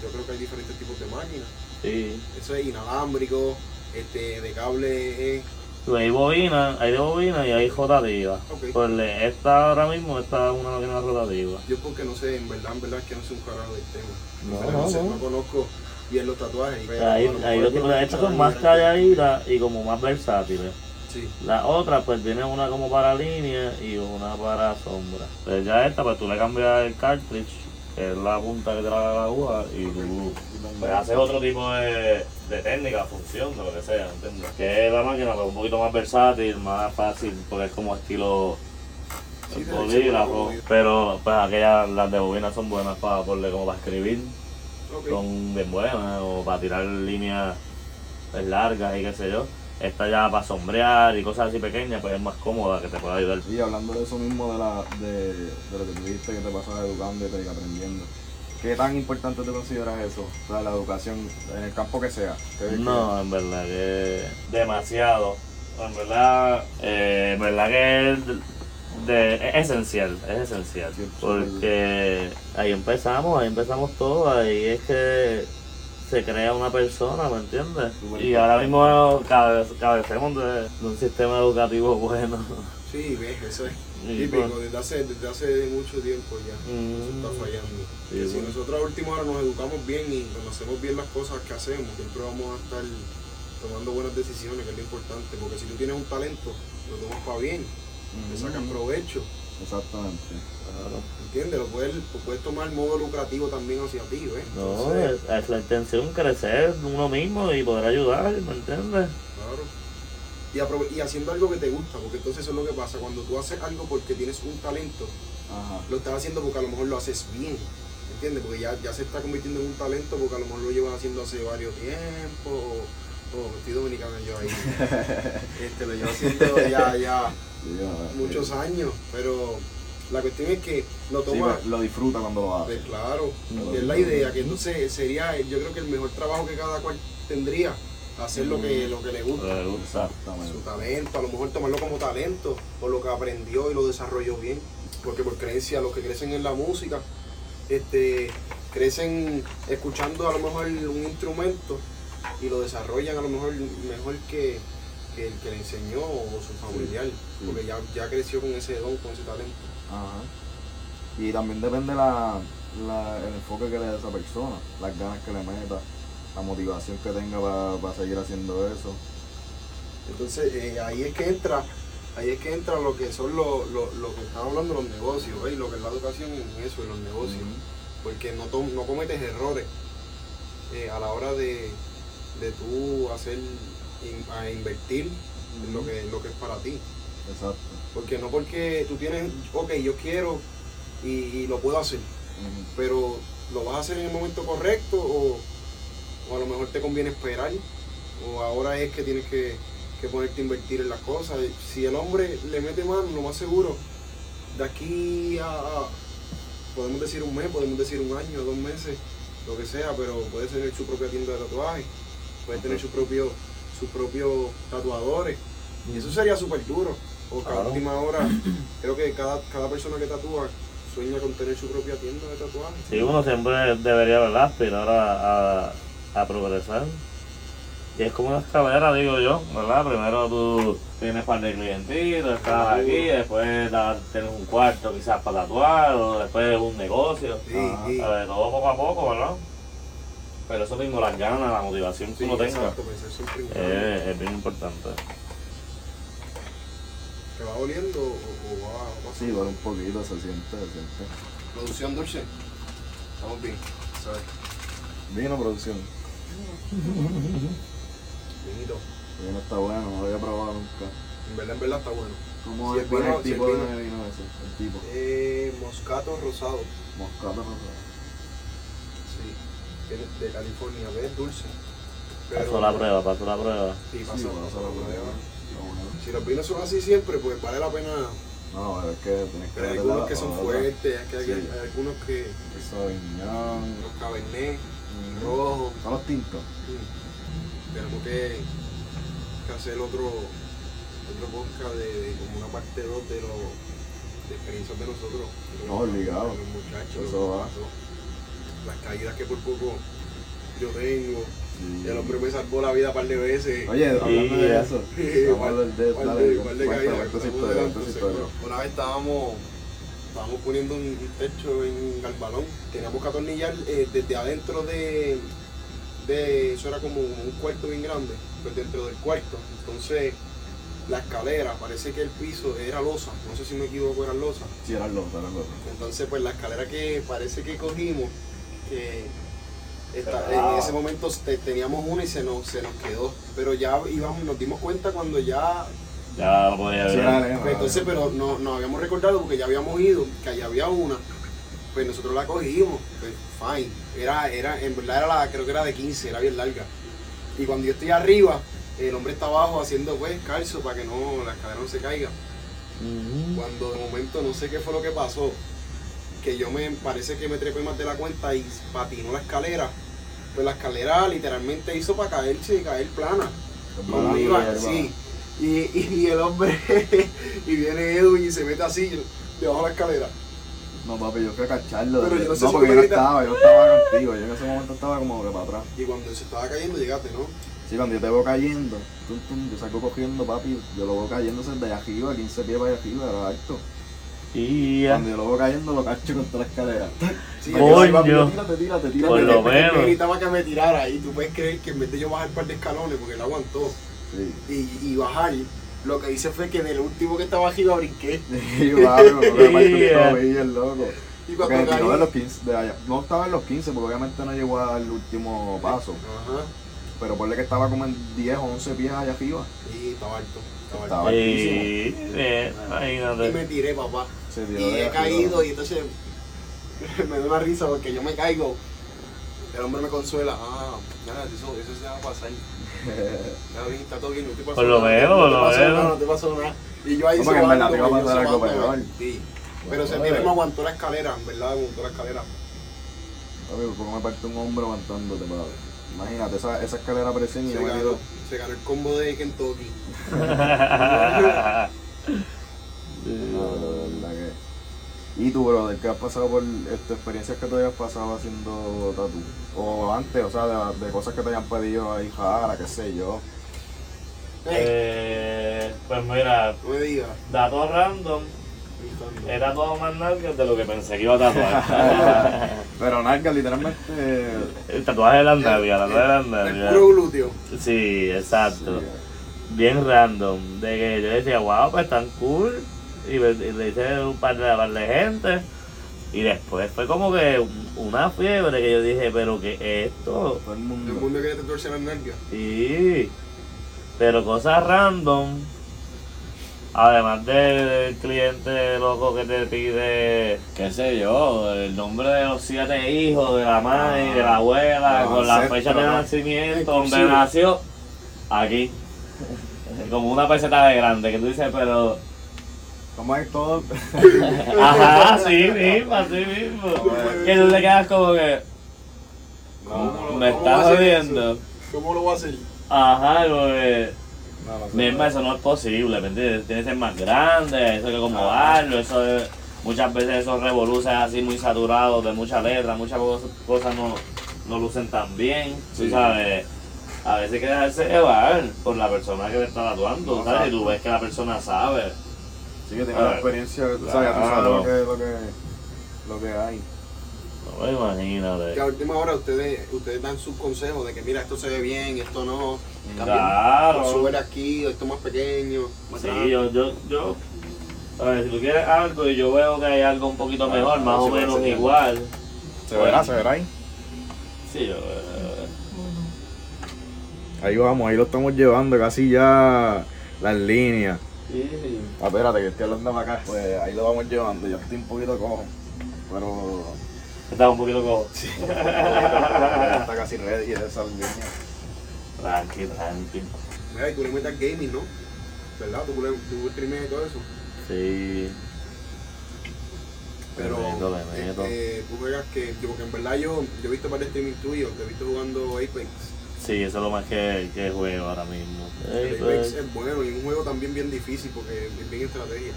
[SPEAKER 2] yo creo que hay diferentes tipos de máquinas.
[SPEAKER 3] Sí.
[SPEAKER 2] Eso es inalámbrico, este, de cable, eh,
[SPEAKER 3] Pues, Hay bobina, hay de bobina y hay rotativa.
[SPEAKER 2] Ok.
[SPEAKER 3] Pues le- esta ahora mismo está una máquina rotativa.
[SPEAKER 2] yo porque no sé, en verdad, en verdad es que no sé un carajo del tema.
[SPEAKER 3] No,
[SPEAKER 2] Pero
[SPEAKER 3] no,
[SPEAKER 2] sé,
[SPEAKER 3] no.
[SPEAKER 2] conozco bien los tatuajes. pero
[SPEAKER 3] Ahí,
[SPEAKER 2] a lo
[SPEAKER 3] ahí
[SPEAKER 2] mejor
[SPEAKER 3] los tipos de-
[SPEAKER 2] algunos
[SPEAKER 3] estas son
[SPEAKER 2] escucharán
[SPEAKER 3] más
[SPEAKER 2] diferentes.
[SPEAKER 3] calladitas y como más versátiles.
[SPEAKER 2] Sí.
[SPEAKER 3] La otra pues tiene una como para línea y una para sombra. Pues ya esta pues tú le cambias el cartridge, que es la punta que trae la aguja y tú pues, haces otro tipo de, de técnica, función, de lo que sea, ¿entiendes? Que la máquina pues un poquito más versátil, más fácil, porque es como estilo
[SPEAKER 2] Sí, de
[SPEAKER 3] bolígrafo.
[SPEAKER 2] hecho,
[SPEAKER 3] Pero pues aquellas, las de bobina son buenas para ponerle como para escribir
[SPEAKER 2] Ok.
[SPEAKER 3] son bien buenas o para tirar líneas pues, largas y qué sé yo. Esta ya para sombrear y cosas así pequeñas, pues es más cómoda que te puede ayudar.
[SPEAKER 1] Y hablando de eso mismo, de, la, de, de lo que tú dijiste que te pasas educando y te aprendiendo, ¿qué tan importante te consideras eso? O sea, la educación en el campo que sea. ¿Qué-
[SPEAKER 3] No, en verdad que demasiado. En verdad, eh, en verdad que es, de- es esencial, es esencial.
[SPEAKER 1] Sí,
[SPEAKER 3] Porque ahí empezamos, ahí empezamos todo, ahí es que se crea una persona, ¿me entiendes?
[SPEAKER 1] Súper
[SPEAKER 3] Y ahora mismo cabe- cabecemos de- de un sistema educativo bueno.
[SPEAKER 2] Sí, ves, eso es
[SPEAKER 3] Y,
[SPEAKER 2] típico,
[SPEAKER 3] pues,
[SPEAKER 2] desde hace, desde hace mucho tiempo ya. Eso
[SPEAKER 3] Mm,
[SPEAKER 2] está fallando.
[SPEAKER 3] Sí,
[SPEAKER 2] Que si
[SPEAKER 3] bueno.
[SPEAKER 2] nosotros a última hora nos educamos bien y conocemos bien las cosas que hacemos, siempre vamos a estar tomando buenas decisiones, que es lo importante, porque si tú tienes un talento, lo tomas para bien,
[SPEAKER 1] qué-
[SPEAKER 2] le sacas provecho,
[SPEAKER 1] Exactamente.
[SPEAKER 3] claro.
[SPEAKER 2] ¿entiendes? Lo puedes, lo puedes tomar modo lucrativo también hacia ti, ¿ves?
[SPEAKER 3] No, eh.
[SPEAKER 2] Entonces,
[SPEAKER 3] es, es la intención crecer uno mismo y poder ayudar, ¿me entiendes?
[SPEAKER 2] Claro. Y, aprove- y haciendo algo que te gusta, porque entonces eso es lo que pasa, cuando tú haces algo porque tienes un talento,
[SPEAKER 1] Ajá.
[SPEAKER 2] lo estás haciendo porque a lo mejor lo haces bien, ¿entiendes? Porque ya, ya se está convirtiendo en un talento porque a lo mejor lo llevas haciendo hace varios tiempos, o, o estoy dominicano yo ahí, este, lo llevo haciendo ya, ya
[SPEAKER 1] Sí, yo-
[SPEAKER 2] muchos
[SPEAKER 1] sí.
[SPEAKER 2] años, pero la cuestión es que lo
[SPEAKER 1] Sí,
[SPEAKER 2] tomas,
[SPEAKER 1] pero pues, lo disfruta cuando lo
[SPEAKER 2] de
[SPEAKER 1] hace.
[SPEAKER 2] claro,
[SPEAKER 1] Mm.
[SPEAKER 2] que es la idea, que entonces sería, yo creo que el mejor trabajo que cada cual tendría, hacer lo que, lo que le gusta
[SPEAKER 3] Pero, Pues, o sea,
[SPEAKER 2] su
[SPEAKER 1] Exactamente.
[SPEAKER 2] talento, a lo mejor tomarlo como talento, o lo que aprendió y lo desarrolló bien, porque por creencia, los que crecen en la música, este, crecen escuchando a lo mejor un instrumento y lo desarrollan a lo mejor mejor que, que el que le enseñó o su familiar,
[SPEAKER 1] sí.
[SPEAKER 2] porque ya, ya creció con ese don, con ese talento.
[SPEAKER 1] Ajá. Y también depende la, la- el enfoque que le dé a esa persona, las ganas que le meta, la motivación que tenga para seguir haciendo eso.
[SPEAKER 2] Entonces eh, ahí es que entra, ahí es que entra lo que son los, los- lo que están hablando los negocios, ¿veis? lo que es la educación en eso, en los negocios.
[SPEAKER 1] Ujú.
[SPEAKER 2] porque no, tom- no cometes errores eh, a la hora de, de tú hacer in- a invertir en lo que, lo que es para ti.
[SPEAKER 1] Exacto.
[SPEAKER 2] Porque no porque tú tienes, ok, yo quiero y, y lo puedo hacer,
[SPEAKER 1] Ujú.
[SPEAKER 2] pero ¿lo vas a hacer en el momento correcto o, o a lo mejor te conviene esperar? O ahora es que tienes que, que ponerte a invertir en las cosas. Si el hombre le mete mano, lo más seguro, de aquí a, a- podemos decir un mes, podemos decir un año, dos meses, lo que sea, pero puede tener su propia tienda de tatuajes, puede tener su propio, sus propios tatuadores. Y eso sería súper duro. o cada
[SPEAKER 3] Claro.
[SPEAKER 2] última hora. Creo que cada, cada persona que tatúa sueña con tener su propia tienda de tatuajes.
[SPEAKER 3] Sí, uno siempre debería ¿verdad? aspirar a, a, a progresar. Y es como una escalera, digo yo, ¿verdad? Primero tú tienes par de clientitos, estás aquí, después da- tienes un cuarto quizás para tatuar, o después un negocio.
[SPEAKER 2] Sí, sí.
[SPEAKER 3] Ah, A ver, todo poco a poco, ¿verdad? Pero eso mismo, las ganas, la motivación que
[SPEAKER 2] Sí,
[SPEAKER 3] uno tenga,
[SPEAKER 2] exacto, pues, pensar siempre en
[SPEAKER 3] eh, es bien importante.
[SPEAKER 2] ¿Te va oliendo o, o va, va a
[SPEAKER 1] Sí, duele un poquito, se siente, se siente.
[SPEAKER 2] Producción dulce. Estamos bien. ¿Sabes?
[SPEAKER 1] Vino producción.
[SPEAKER 2] Vinito.
[SPEAKER 1] Vino está bueno, no lo había probado nunca.
[SPEAKER 2] En verdad, en verdad está bueno.
[SPEAKER 1] ¿Cómo
[SPEAKER 2] Si
[SPEAKER 1] es
[SPEAKER 2] es
[SPEAKER 1] cuál es
[SPEAKER 2] vino,
[SPEAKER 1] el
[SPEAKER 2] si es
[SPEAKER 1] tipo
[SPEAKER 2] vino.
[SPEAKER 1] de vino ese? El tipo.
[SPEAKER 2] Eh, moscato rosado.
[SPEAKER 1] Moscato rosado.
[SPEAKER 2] Sí. Viene de California. ¿Ves? Dulce.
[SPEAKER 3] Pasó la prueba, pasó la prueba.
[SPEAKER 2] Sí,
[SPEAKER 1] Sí,
[SPEAKER 2] pasó,
[SPEAKER 1] bueno,
[SPEAKER 2] pasó
[SPEAKER 1] eso lo
[SPEAKER 2] la prueba.
[SPEAKER 1] probé.
[SPEAKER 2] Si los vinos son así siempre, pues vale la pena.
[SPEAKER 1] No, pero es que tienes que
[SPEAKER 2] Pero hay
[SPEAKER 1] darle
[SPEAKER 2] algunos
[SPEAKER 1] la-
[SPEAKER 2] que son
[SPEAKER 1] la-
[SPEAKER 2] fuertes, hay, que-
[SPEAKER 1] Sí.
[SPEAKER 2] hay algunos que.
[SPEAKER 1] El Sauvignon,
[SPEAKER 2] Los cabernet, rojo.
[SPEAKER 1] Son los tintos.
[SPEAKER 2] mm. Tenemos que, que hacer otro, otro podcast de, de como una parte 2 de los de experiencias de nosotros. de
[SPEAKER 1] No, obligado.
[SPEAKER 2] de los muchachos,
[SPEAKER 1] Eso
[SPEAKER 2] lo que
[SPEAKER 1] va.
[SPEAKER 2] pasó, Las caídas que por poco yo tengo.
[SPEAKER 1] Sí.
[SPEAKER 2] El hombre me salvó la vida un par de veces.
[SPEAKER 1] Oye, hablando
[SPEAKER 3] Sí,
[SPEAKER 1] de
[SPEAKER 3] ya.
[SPEAKER 1] eso,
[SPEAKER 2] Sí,
[SPEAKER 1] vamos a hablar de
[SPEAKER 2] Par
[SPEAKER 1] dale,
[SPEAKER 2] de- par de pues,
[SPEAKER 1] cuenta-
[SPEAKER 2] caídas,
[SPEAKER 1] cuenta esa
[SPEAKER 2] estamos
[SPEAKER 1] historia,
[SPEAKER 2] delante,
[SPEAKER 1] cuenta esa
[SPEAKER 2] seguro.
[SPEAKER 1] historia.
[SPEAKER 2] Una vez estábamos, estábamos poniendo un un techo en Galbalón. Teníamos que atornillar eh, desde adentro de, de- Eso era como un cuarto bien grande, pues dentro del cuarto. Entonces, la escalera, parece que el piso era losa. No sé si me equivoco, era losa.
[SPEAKER 1] Sí, eran los, eran los.
[SPEAKER 2] Entonces, pues la escalera que parece que cogimos, que esta-
[SPEAKER 3] Ah.
[SPEAKER 2] en ese momento te- teníamos una y se nos, se nos quedó. Pero ya íbamos, nos dimos cuenta cuando ya
[SPEAKER 3] Ya lo podía
[SPEAKER 1] Sí,
[SPEAKER 3] ver.
[SPEAKER 1] eran, eran.
[SPEAKER 2] pues entonces, pero no, nos habíamos recordado porque ya habíamos ido, que allá había una. Pues nosotros la cogimos, pues fine. Era, era, en verdad era la, creo que era de 15, era bien larga. Y cuando yo estoy arriba, el hombre está abajo haciendo pues calzo para que no, la escalera no se caiga.
[SPEAKER 3] Ujú.
[SPEAKER 2] Cuando de momento no sé qué fue lo que pasó, que yo me parece que me trepé más de la cuenta y patinó la escalera. Pues la escalera literalmente hizo para caerse y caer plana.
[SPEAKER 1] Los
[SPEAKER 2] Conmigo,
[SPEAKER 1] bananos,
[SPEAKER 2] sí. Y, y, y el hombre, y viene Edwin y se mete así, yo- debajo de la escalera.
[SPEAKER 1] No, papi, yo fui a cacharlo.
[SPEAKER 2] Pero yo no sé si
[SPEAKER 1] porque
[SPEAKER 2] tú
[SPEAKER 1] yo no
[SPEAKER 2] gritas.
[SPEAKER 1] estaba, yo no estaba contigo. Yo en ese momento estaba como que para atrás.
[SPEAKER 2] Y cuando se estaba cayendo, llegaste, ¿no?
[SPEAKER 1] Sí, cuando yo te veo cayendo, tum, tum, yo salgo cogiendo, papi, yo lo veo cayéndose de allá arriba, 15 pies para allá arriba, era alto.
[SPEAKER 3] Y ya.
[SPEAKER 1] Cuando yo lo veo cayendo, lo cacho contra la escalera.
[SPEAKER 2] Sí,
[SPEAKER 1] Yo,
[SPEAKER 3] Coño.
[SPEAKER 1] papi, yo, Tírate, tírate, tírate.
[SPEAKER 3] Por
[SPEAKER 2] me-
[SPEAKER 3] lo
[SPEAKER 2] me-
[SPEAKER 3] menos.
[SPEAKER 2] Me gritaba que me tirara y tú puedes creer que en vez de yo bajar un par de escalones, porque él aguantó,
[SPEAKER 1] Sí.
[SPEAKER 2] y, y bajar, lo que hice fue que del último que estaba arriba brinqué.
[SPEAKER 1] Sí, papi, me acuerdo que me partí
[SPEAKER 3] Yeah.
[SPEAKER 1] el tobillo, el loco.
[SPEAKER 2] Y
[SPEAKER 1] Porque
[SPEAKER 2] cuando
[SPEAKER 1] me tiró de
[SPEAKER 2] caí...
[SPEAKER 1] los 15, de allá. No estaba en los 15, porque obviamente no llegó al último paso.
[SPEAKER 2] Ajá.
[SPEAKER 1] Pero ponle que estaba como en 10 o 11 pies allá arriba.
[SPEAKER 2] Y estaba alto, estaba alto.
[SPEAKER 1] Estaba
[SPEAKER 3] Y bien,
[SPEAKER 2] Y me
[SPEAKER 3] imagínate.
[SPEAKER 2] tiré, papá.
[SPEAKER 1] Se tiró
[SPEAKER 2] Y
[SPEAKER 1] de
[SPEAKER 2] he
[SPEAKER 1] arriba.
[SPEAKER 2] caído y entonces me da una risa porque yo me caigo. El hombre me consuela. Ah, nada, eso, eso se va a pasar. Está bien, está todo bien, no te pasó
[SPEAKER 3] Por lo
[SPEAKER 2] nada,
[SPEAKER 3] veo,
[SPEAKER 2] no te
[SPEAKER 3] lo
[SPEAKER 2] pasó
[SPEAKER 3] veo.
[SPEAKER 2] nada, No te pasó nada. Y yo ahí
[SPEAKER 1] No, porque en
[SPEAKER 2] sobando,
[SPEAKER 1] verdad te iba a
[SPEAKER 2] yo
[SPEAKER 1] pasar algo
[SPEAKER 2] sobando,
[SPEAKER 1] peor.
[SPEAKER 2] Sí. Pero se
[SPEAKER 3] Bueno,
[SPEAKER 2] me
[SPEAKER 3] bueno.
[SPEAKER 2] aguantó la escalera, en verdad, aguantó la escalera.
[SPEAKER 1] Papi, ¿por qué me parte un hombro levantándote, papi? Imagínate, esa, esa escalera presión y
[SPEAKER 2] Se
[SPEAKER 1] yo me
[SPEAKER 2] ganó,
[SPEAKER 1] quedo.
[SPEAKER 2] se ganó el combo de Kentucky.
[SPEAKER 1] No, de verdad que. ¿Y tú, brother, qué has pasado por este, experiencias que te hayas pasado haciendo tatu? O antes, o sea, de, de cosas que te hayan pedido ahí, jara, qué sé yo.
[SPEAKER 3] Eh, pues mira,
[SPEAKER 2] No me digas.
[SPEAKER 3] datos random. He tatuado más nalgas de lo que pensé que iba a tatuar.
[SPEAKER 1] Pero Narga, literalmente.
[SPEAKER 3] el tatuaje de la nalga, la tatuaje de la
[SPEAKER 2] El
[SPEAKER 3] nalga.
[SPEAKER 2] puro glúteo.
[SPEAKER 3] Sí, exacto.
[SPEAKER 1] sí,
[SPEAKER 3] Bien random. De que yo decía, wow, pues tan cool. Y, me- y le hice un par de, par de gente. Y después fue como que un- una fiebre que yo dije, pero que esto.
[SPEAKER 1] todo el
[SPEAKER 2] El
[SPEAKER 1] mundo.
[SPEAKER 2] mundo quiere tatuarse las nalgas.
[SPEAKER 3] Sí, pero cosas random. Además del cliente loco que te pide.
[SPEAKER 4] qué sé yo, el nombre de los siete hijos, de la madre, de la abuela,
[SPEAKER 1] Ah,
[SPEAKER 4] con la
[SPEAKER 1] ancestro,
[SPEAKER 4] fecha de
[SPEAKER 1] ¿no?
[SPEAKER 4] nacimiento,
[SPEAKER 2] Inclusive.
[SPEAKER 4] donde nació, aquí. Como una peseta de grande, que tú dices, pero...
[SPEAKER 1] ¿Cómo es todo?
[SPEAKER 4] Ajá, así mismo, así mismo. Que tú te quedas como que... Me
[SPEAKER 2] ¿Cómo- cómo va a
[SPEAKER 4] estás
[SPEAKER 2] hacer eso?
[SPEAKER 4] jodiendo.
[SPEAKER 2] ¿Cómo lo va a hacer?
[SPEAKER 4] Ajá, como que...
[SPEAKER 1] No, no Ah. sé.
[SPEAKER 4] Misma, eso no es posible, ¿me entiendes? Tiene que ser más grande, eso hay que acomodarlo, eso es- muchas veces esos revoluces así muy saturados de mucha letra, muchas cos- cosas no, no lucen tan bien, tú
[SPEAKER 1] Sí.
[SPEAKER 4] sabes. A veces hay que dejarse llevar por la persona que te está tatuando,
[SPEAKER 1] No,
[SPEAKER 4] ¿sabes? Y
[SPEAKER 1] exacto.
[SPEAKER 4] tú ves que la persona sabe.
[SPEAKER 1] Sí, que tenga
[SPEAKER 3] Claro.
[SPEAKER 1] la experiencia, o sea, ya tú sabes
[SPEAKER 3] Claro.
[SPEAKER 1] lo que, lo que, lo que hay.
[SPEAKER 3] No, pues, imagínate.
[SPEAKER 2] Que a última hora ustedes, ustedes dan sus consejos de que mira, esto se ve bien, esto no.
[SPEAKER 3] Claro.
[SPEAKER 2] Sube aquí, esto más pequeño. Más
[SPEAKER 4] Sí,
[SPEAKER 2] grande.
[SPEAKER 4] yo, yo, yo, a ver, si tú quieres algo y yo veo que hay algo un
[SPEAKER 1] Ah,
[SPEAKER 4] poquito mejor, más
[SPEAKER 2] sí,
[SPEAKER 4] o
[SPEAKER 2] sí,
[SPEAKER 4] menos
[SPEAKER 2] sí.
[SPEAKER 4] igual,
[SPEAKER 1] Se verá, se verá ahí.
[SPEAKER 4] sí, yo, eh,
[SPEAKER 1] Ahí vamos, ahí lo estamos llevando, casi ya las líneas.
[SPEAKER 4] sí.
[SPEAKER 1] Ah, espérate, que estoy hablando para acá. Pues ahí lo vamos llevando, yo estoy un poquito cojo. Pero
[SPEAKER 4] Estaba un poquito cojo.
[SPEAKER 1] ya está casi ready esa línea.
[SPEAKER 4] Tranqui, tranqui.
[SPEAKER 2] Mira, y tú le metes al gaming, ¿no? ¿Verdad? Tú, le- tú streameas y todo eso.
[SPEAKER 3] Sí.
[SPEAKER 2] Pero
[SPEAKER 3] Le meto, le
[SPEAKER 1] eh,
[SPEAKER 3] meto.
[SPEAKER 2] este, tú juegas que, yo, porque en verdad yo, yo he visto varios streaming tuyos, te he visto jugando Apex.
[SPEAKER 3] Sí, eso es lo más que, que juego ahora mismo.
[SPEAKER 2] El
[SPEAKER 3] Ey,
[SPEAKER 2] Apex
[SPEAKER 3] pues,
[SPEAKER 1] eh,
[SPEAKER 2] es bueno y es un juego también bien difícil porque es bien estrategia.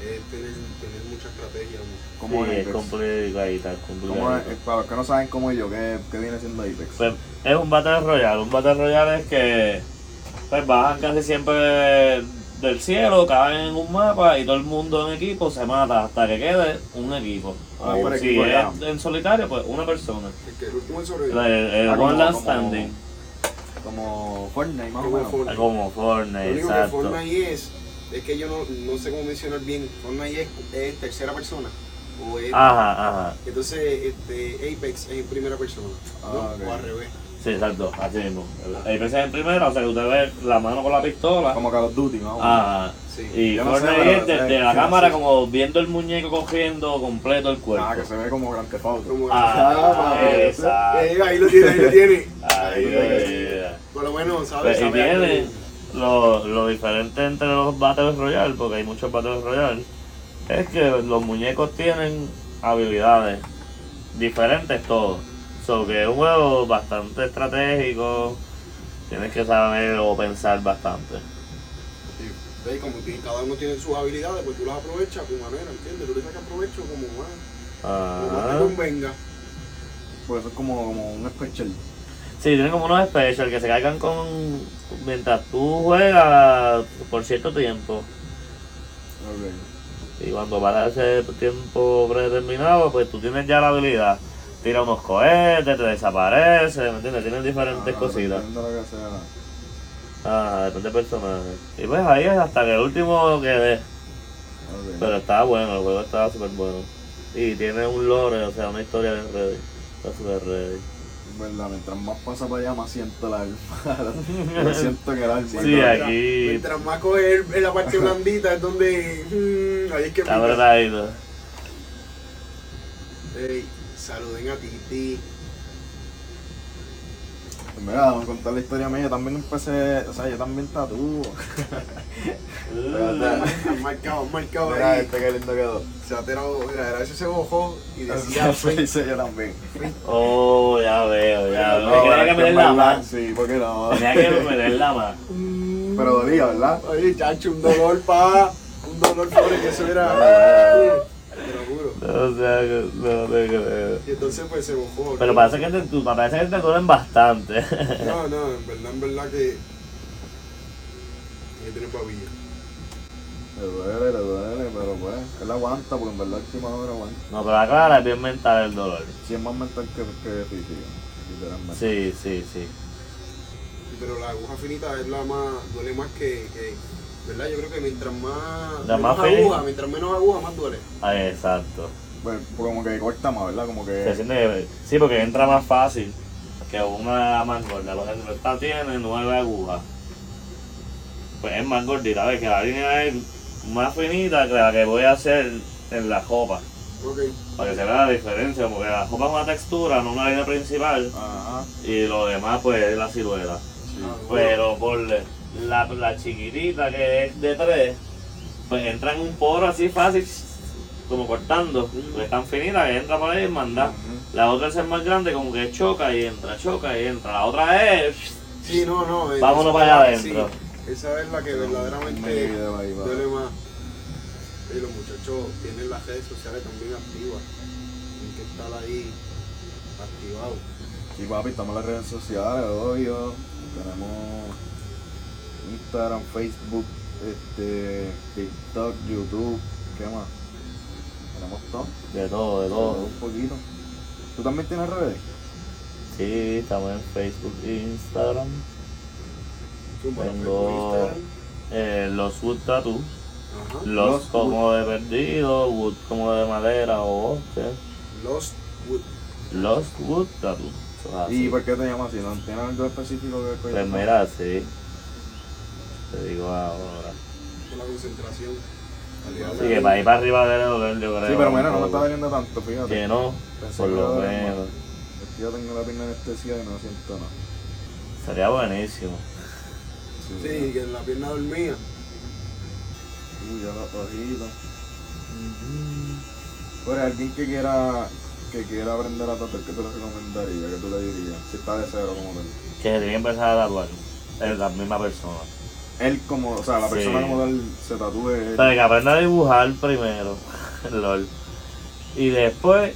[SPEAKER 2] Es tener, tener mucha estrategia. ¿no?
[SPEAKER 1] ¿Cómo
[SPEAKER 3] sí,
[SPEAKER 1] es
[SPEAKER 3] es
[SPEAKER 1] Apex?
[SPEAKER 3] complicadita, es
[SPEAKER 1] ¿Cómo es?
[SPEAKER 3] complicadita.
[SPEAKER 1] Para los que no saben cómo es yo, ¿qué, qué viene siendo Apex?
[SPEAKER 3] Pues,
[SPEAKER 4] Es un Battle Royale. Un Battle Royale es que pues bajan casi siempre del cielo, caen en un mapa y todo el mundo en equipo se mata hasta que quede un equipo.
[SPEAKER 1] Ah,
[SPEAKER 4] O
[SPEAKER 1] por
[SPEAKER 4] si
[SPEAKER 1] equipo,
[SPEAKER 4] es
[SPEAKER 1] ya.
[SPEAKER 4] en solitario, pues una persona.
[SPEAKER 2] El que el último es
[SPEAKER 4] El,
[SPEAKER 2] sobre
[SPEAKER 4] el
[SPEAKER 1] Ah, como-
[SPEAKER 4] One Last
[SPEAKER 1] como-
[SPEAKER 4] Standing.
[SPEAKER 1] Como Fortnite, más o
[SPEAKER 2] Como
[SPEAKER 1] menos.
[SPEAKER 2] Fortnite.
[SPEAKER 3] es como
[SPEAKER 2] Lo
[SPEAKER 3] Fortnite,
[SPEAKER 2] único que
[SPEAKER 3] exacto.
[SPEAKER 2] Fortnite es, es que yo no, no sé cómo mencionar bien, Fortnite es, es tercera persona. O es,
[SPEAKER 3] Ah. Ajá, ajá.
[SPEAKER 2] Entonces este, Apex es en primera persona. ¿no?
[SPEAKER 1] Ah, ok.
[SPEAKER 2] O al revés.
[SPEAKER 3] Sí, exacto.
[SPEAKER 4] Así mismo. El PC en primera, o sea que usted ve la mano con la pistola.
[SPEAKER 1] Como Call of Duty, más o menos.
[SPEAKER 3] Ah,
[SPEAKER 4] Ajá.
[SPEAKER 2] Sí.
[SPEAKER 4] Y
[SPEAKER 1] Yo no sé,
[SPEAKER 4] Fortnite
[SPEAKER 1] pero,
[SPEAKER 4] es desde
[SPEAKER 1] eh,
[SPEAKER 4] la
[SPEAKER 1] sí,
[SPEAKER 4] cámara
[SPEAKER 1] sí.
[SPEAKER 4] como viendo el muñeco cogiendo completo el cuerpo.
[SPEAKER 1] Ah, que se ve como Grand Theft Auto.
[SPEAKER 2] Como-
[SPEAKER 4] Ah,
[SPEAKER 1] eh,
[SPEAKER 4] exacto.
[SPEAKER 2] Eh, ahí lo tiene, ahí lo tiene.
[SPEAKER 4] Ahí,
[SPEAKER 2] Ahí lo tiene.
[SPEAKER 4] ahí, ahí.
[SPEAKER 2] Por lo menos, ¿sabes?
[SPEAKER 3] Pues, y
[SPEAKER 2] Sabe algo.
[SPEAKER 3] tiene lo, lo diferente entre los Battle Royale, porque hay muchos Battle Royale, es que los muñecos tienen habilidades diferentes todos. So que es un juego bastante estratégico, tienes que saber o pensar bastante.
[SPEAKER 2] Sí. Eh, Ve, como que cada uno tiene sus habilidades, pues tú las aprovechas a tu manera, ¿entiendes? Tú le sacas provecho como, ah, como
[SPEAKER 3] Ajá.
[SPEAKER 2] te convenga.
[SPEAKER 1] Pues eso es como, como un special.
[SPEAKER 3] Sí, tienen como unos specials que se cargan con mientras tú juegas por cierto tiempo.
[SPEAKER 1] Ok.
[SPEAKER 3] Y cuando para ese tiempo predeterminado, pues tú tienes ya la habilidad. Tira unos cohetes, te desaparece, ¿me entiendes? Tienes diferentes
[SPEAKER 1] Ah,
[SPEAKER 3] cositas.
[SPEAKER 1] dependiendo de lo que sea.
[SPEAKER 3] Ajá, depende del personaje. Y pues ahí es hasta que el último que dé.
[SPEAKER 1] Ok.
[SPEAKER 3] Pero está bueno, el juego está súper bueno. Y tiene un lore, o sea, una historia bien ready. Está súper ready.
[SPEAKER 1] Es verdad, mientras más pasa para allá, más siento la alma. Yo siento que el alma.
[SPEAKER 3] Sí,
[SPEAKER 1] Entonces,
[SPEAKER 3] ahí.
[SPEAKER 2] Mientras-
[SPEAKER 3] aquí-
[SPEAKER 2] Mientras más coge el- en la parte blandita es donde. mm, ahí es que
[SPEAKER 3] Está
[SPEAKER 2] pica.
[SPEAKER 3] verdadito.
[SPEAKER 2] Ey, saluden a Titi.
[SPEAKER 1] Pues Mira, vamos a contar la historia mía. Yo también empecé, o sea, yo también tatúo.
[SPEAKER 3] Mm. Ah.
[SPEAKER 1] Espérate.
[SPEAKER 2] Han marcado, han marcado
[SPEAKER 1] Mira,
[SPEAKER 2] ahí.
[SPEAKER 1] este que lindo quedó.
[SPEAKER 2] Se ha tirado, mira, a veces se bojó y decía.
[SPEAKER 1] Ya hice yo también.
[SPEAKER 3] Oh, ya veo, ya
[SPEAKER 1] No,
[SPEAKER 3] veo. Tenía
[SPEAKER 1] pero es
[SPEAKER 3] que
[SPEAKER 1] en
[SPEAKER 3] meter la
[SPEAKER 1] verdad,
[SPEAKER 3] más.
[SPEAKER 1] Sí, porque no.
[SPEAKER 3] Tenía que meter la más.
[SPEAKER 1] Pero dolía, ¿verdad?
[SPEAKER 2] Oye, "Mm, chacho, un dolor, pa. Un dolor, pobre, que eso era.
[SPEAKER 1] Ah.
[SPEAKER 2] Te lo juro.
[SPEAKER 3] O sea, que no te creo.
[SPEAKER 2] Y entonces, pues se bojó.
[SPEAKER 3] Pero
[SPEAKER 2] ¿no?
[SPEAKER 3] parece que te, tu- parece que te duelen bastante.
[SPEAKER 2] No, no, en verdad, en verdad que. Hay que tener pavilla.
[SPEAKER 1] Le duele, le duele, pero pues, él aguanta, porque en verdad última hora aguanta.
[SPEAKER 3] No, pero la clara es bien mental el dolor.
[SPEAKER 1] Sí, es más mental que, que físico, literalmente.
[SPEAKER 3] Sí, sí, sí.
[SPEAKER 2] Pero la aguja finita es la más. duele más que. que- ¿Verdad? Yo creo que mientras más.
[SPEAKER 3] La
[SPEAKER 2] menos
[SPEAKER 3] más fina.
[SPEAKER 2] aguja, mientras menos aguja, más duele.
[SPEAKER 3] Ah, exacto.
[SPEAKER 1] Pues, pues como que corta más, ¿verdad? Como
[SPEAKER 3] Se
[SPEAKER 1] que...
[SPEAKER 3] siente que- sí, porque entra más fácil que una más gorda. Por ejemplo, esta tiene nueve agujas. Pues es más gordita, ¿ves? Que la línea es más finita que la que voy a hacer en la copa.
[SPEAKER 2] Ok.
[SPEAKER 3] Para que se vea la diferencia, porque la copa es una textura, no una línea principal.
[SPEAKER 1] Ajá.
[SPEAKER 3] Y lo demás, pues, es la silueta.
[SPEAKER 1] Sí.
[SPEAKER 2] Ah, bueno.
[SPEAKER 3] Pero por la, la chiquitita que es de tres, pues entra en un poro así fácil, como cortando.
[SPEAKER 1] Mm.
[SPEAKER 3] porque es tan finita que entra por ahí y manda.
[SPEAKER 1] Ujú.
[SPEAKER 3] La otra es más grande, como que choca y entra, choca y entra. La otra es.
[SPEAKER 2] Sí, no, no. eh,
[SPEAKER 3] Vámonos
[SPEAKER 2] eso-
[SPEAKER 3] para allá adentro.
[SPEAKER 2] sí. Esa es la que
[SPEAKER 1] Me
[SPEAKER 2] verdaderamente
[SPEAKER 1] video ahí, va.
[SPEAKER 2] duele más. Y los muchachos tienen las redes sociales también activas. Tienen que estar ahí activados.
[SPEAKER 1] Sí, papi, estamos en las redes sociales, obvio. Tenemos Instagram, Facebook, este, TikTok, YouTube, ¿qué más? Tenemos todo,
[SPEAKER 3] De todo, de
[SPEAKER 1] todo,
[SPEAKER 3] todo.
[SPEAKER 1] un poquito. ¿Tú también tienes redes?
[SPEAKER 3] Sí, estamos en Facebook e Instagram.
[SPEAKER 2] Zumba,
[SPEAKER 3] Tengo-
[SPEAKER 2] Facebook, Instagram.
[SPEAKER 3] Eh, los Wood Tattoo.
[SPEAKER 2] Ajá.
[SPEAKER 3] Los,
[SPEAKER 1] Los
[SPEAKER 3] como de perdido, Wood como de madera o bosque.
[SPEAKER 2] Lost Wood.
[SPEAKER 3] Los Wood Tattoo. Eso es así.
[SPEAKER 1] ¿Y por qué te llamas así? ¿No tienes algo específico que que-
[SPEAKER 3] Ah, Pues mira, sí. Te digo ahora.
[SPEAKER 2] Con la concentración.
[SPEAKER 3] Así que para ir para arriba debe doler, yo creo.
[SPEAKER 1] Sí, pero mira, no me
[SPEAKER 3] un
[SPEAKER 1] está
[SPEAKER 3] poco.
[SPEAKER 1] doliendo tanto, fíjate.
[SPEAKER 3] Que no,
[SPEAKER 1] Pensé
[SPEAKER 3] por
[SPEAKER 1] que
[SPEAKER 3] lo
[SPEAKER 1] era normal.
[SPEAKER 3] menos.
[SPEAKER 1] Es que Yo tengo la pierna anestesia y no siento nada.
[SPEAKER 3] Sería buenísimo.
[SPEAKER 2] Sí, que la pierna dormía.
[SPEAKER 1] Uy, ya los ojitos. Pero alguien que quiera que quiera aprender a tatuar, ¿qué te recomendaría? ¿Qué tú le dirías? Si está de cero como tal.
[SPEAKER 3] Que se tiene que empezar a tatuar. Es la misma persona.
[SPEAKER 1] Él como, o sea, la
[SPEAKER 3] Sí.
[SPEAKER 1] persona como tal se tatúe. él.
[SPEAKER 3] Pero que aprenda a dibujar primero. LOL. Y después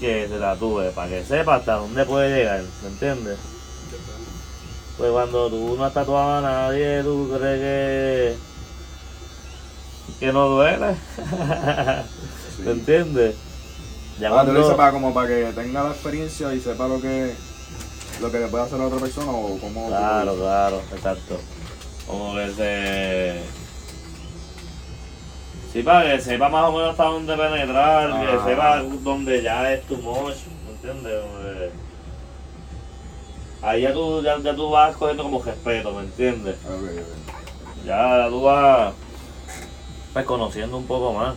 [SPEAKER 3] que se tatúe, para que sepa hasta dónde puede llegar, ¿me entiendes? Pues cuando tú no has tatuado a nadie, tú crees que, que no duele.
[SPEAKER 1] Sí.
[SPEAKER 3] ¿Me entiendes? Ya
[SPEAKER 1] Ah, tú lo dices
[SPEAKER 3] cuando-
[SPEAKER 1] para como para que tenga la experiencia y sepa lo que lo que le puede hacer a otra persona o cómo.
[SPEAKER 3] Claro, claro, exacto. Como que se. Sí, para que sepa más o menos hasta dónde penetrar,
[SPEAKER 1] Ah.
[SPEAKER 3] que sepa dónde ya es tu much, ¿me entiendes? Como que- Ahí ya tú, ya, ya tú vas cogiendo como respeto, ¿me entiendes?
[SPEAKER 1] Ok, ok.
[SPEAKER 3] Ya tú vas pues, conociendo un poco más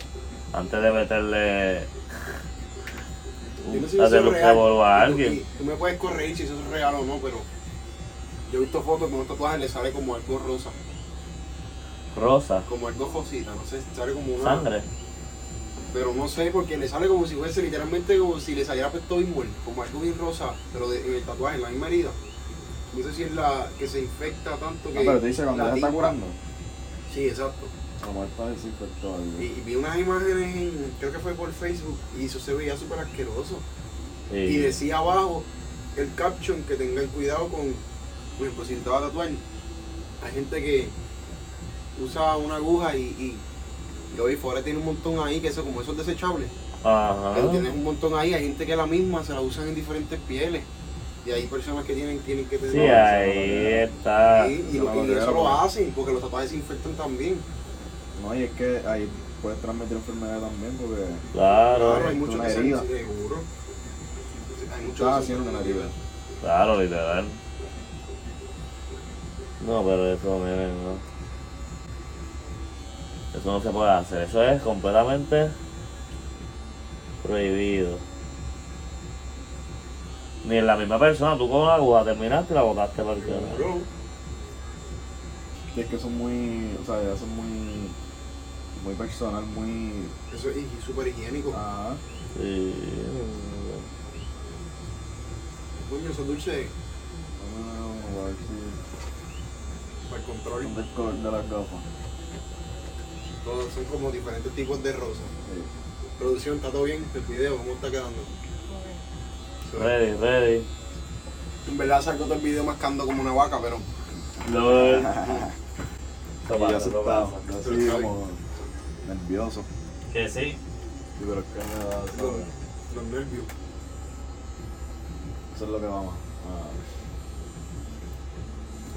[SPEAKER 3] antes de meterle.
[SPEAKER 2] Yo no sé si eso
[SPEAKER 3] un-
[SPEAKER 2] es
[SPEAKER 3] hacerle un
[SPEAKER 2] real.
[SPEAKER 3] revolvo a
[SPEAKER 2] Tú-
[SPEAKER 3] alguien.
[SPEAKER 2] Tú me puedes corregir si eso es real o no, pero yo he visto fotos con un tatuaje le sale como algo rosa,
[SPEAKER 3] Rosa,
[SPEAKER 2] como algo rosita, no sé, sale como una.
[SPEAKER 3] sangre.
[SPEAKER 2] Pero no sé, porque le sale como si fuese literalmente como si le saliera pesto bimol, como algo bien rosa, pero de- en el tatuaje, en la misma herida. No sé si es la que se infecta tanto que.
[SPEAKER 1] Ah, pero te dice cuando
[SPEAKER 2] la
[SPEAKER 1] ya está
[SPEAKER 2] tinta-
[SPEAKER 1] curando.
[SPEAKER 2] Sí, exacto.
[SPEAKER 1] Como él pues, está desinfectado.
[SPEAKER 2] Y, y vi unas imágenes, en- creo que fue por Facebook, y eso se veía súper asqueroso. Y decía abajo el caption que tengan cuidado con, por ejemplo, si te vas a tatuar, hay gente que usa una aguja y, y yo vi fuera tiene un montón ahí, que eso como eso es desechable,
[SPEAKER 3] Ajá.
[SPEAKER 1] Ah.
[SPEAKER 2] pero tienes un montón ahí, hay gente que la misma se la usan en diferentes pieles y hay personas que tienen, tienen que tener
[SPEAKER 3] Sí,
[SPEAKER 1] No,
[SPEAKER 2] y-
[SPEAKER 3] ahí
[SPEAKER 1] ah,
[SPEAKER 3] está.
[SPEAKER 2] y,
[SPEAKER 1] eso no
[SPEAKER 2] lo-
[SPEAKER 1] lo
[SPEAKER 2] y
[SPEAKER 1] creo,
[SPEAKER 2] eso lo
[SPEAKER 1] porque-
[SPEAKER 2] hacen porque los tatuajes se infectan también.
[SPEAKER 1] No, y es que ahí puedes transmitir enfermedad también porque
[SPEAKER 2] Claro, hay
[SPEAKER 3] Claro,
[SPEAKER 1] es
[SPEAKER 2] muchos
[SPEAKER 1] una
[SPEAKER 2] que se
[SPEAKER 1] herida.
[SPEAKER 2] seguro. Hay muchos
[SPEAKER 1] estás
[SPEAKER 2] que se-
[SPEAKER 1] haciendo una herida.
[SPEAKER 3] claro, literal. No, pero eso, nene, no. Eso no se puede hacer. Eso es completamente prohibido. Ni en la misma persona, tú con una aguja terminaste y la botaste para el carajo.
[SPEAKER 2] Seguro.
[SPEAKER 1] Y es que son muy, o sea, ya son muy, muy personal, muy.
[SPEAKER 2] Eso es higi- súper higiénico.
[SPEAKER 1] Ajá.
[SPEAKER 3] Sí.
[SPEAKER 2] Coño, esos dulces
[SPEAKER 1] Vamos a ver si-
[SPEAKER 2] para el control.
[SPEAKER 1] son del color de las gafas.
[SPEAKER 2] Todos son como diferentes tipos de rosas.
[SPEAKER 1] Sí.
[SPEAKER 2] Producción, ¿está todo bien? El video, ¿cómo está quedando?
[SPEAKER 3] Ready, ready.
[SPEAKER 2] En verdad salgo todo el video mascando como una vaca, pero
[SPEAKER 3] Lord. Eso
[SPEAKER 1] Y yo
[SPEAKER 3] pasa, eso
[SPEAKER 1] asustado,
[SPEAKER 3] pasa.
[SPEAKER 1] yo así como nervioso.
[SPEAKER 3] Que sí.
[SPEAKER 1] Sí, pero es que me da, ¿sabes?
[SPEAKER 2] los nervios.
[SPEAKER 1] Eso es lo que vamos. Ah.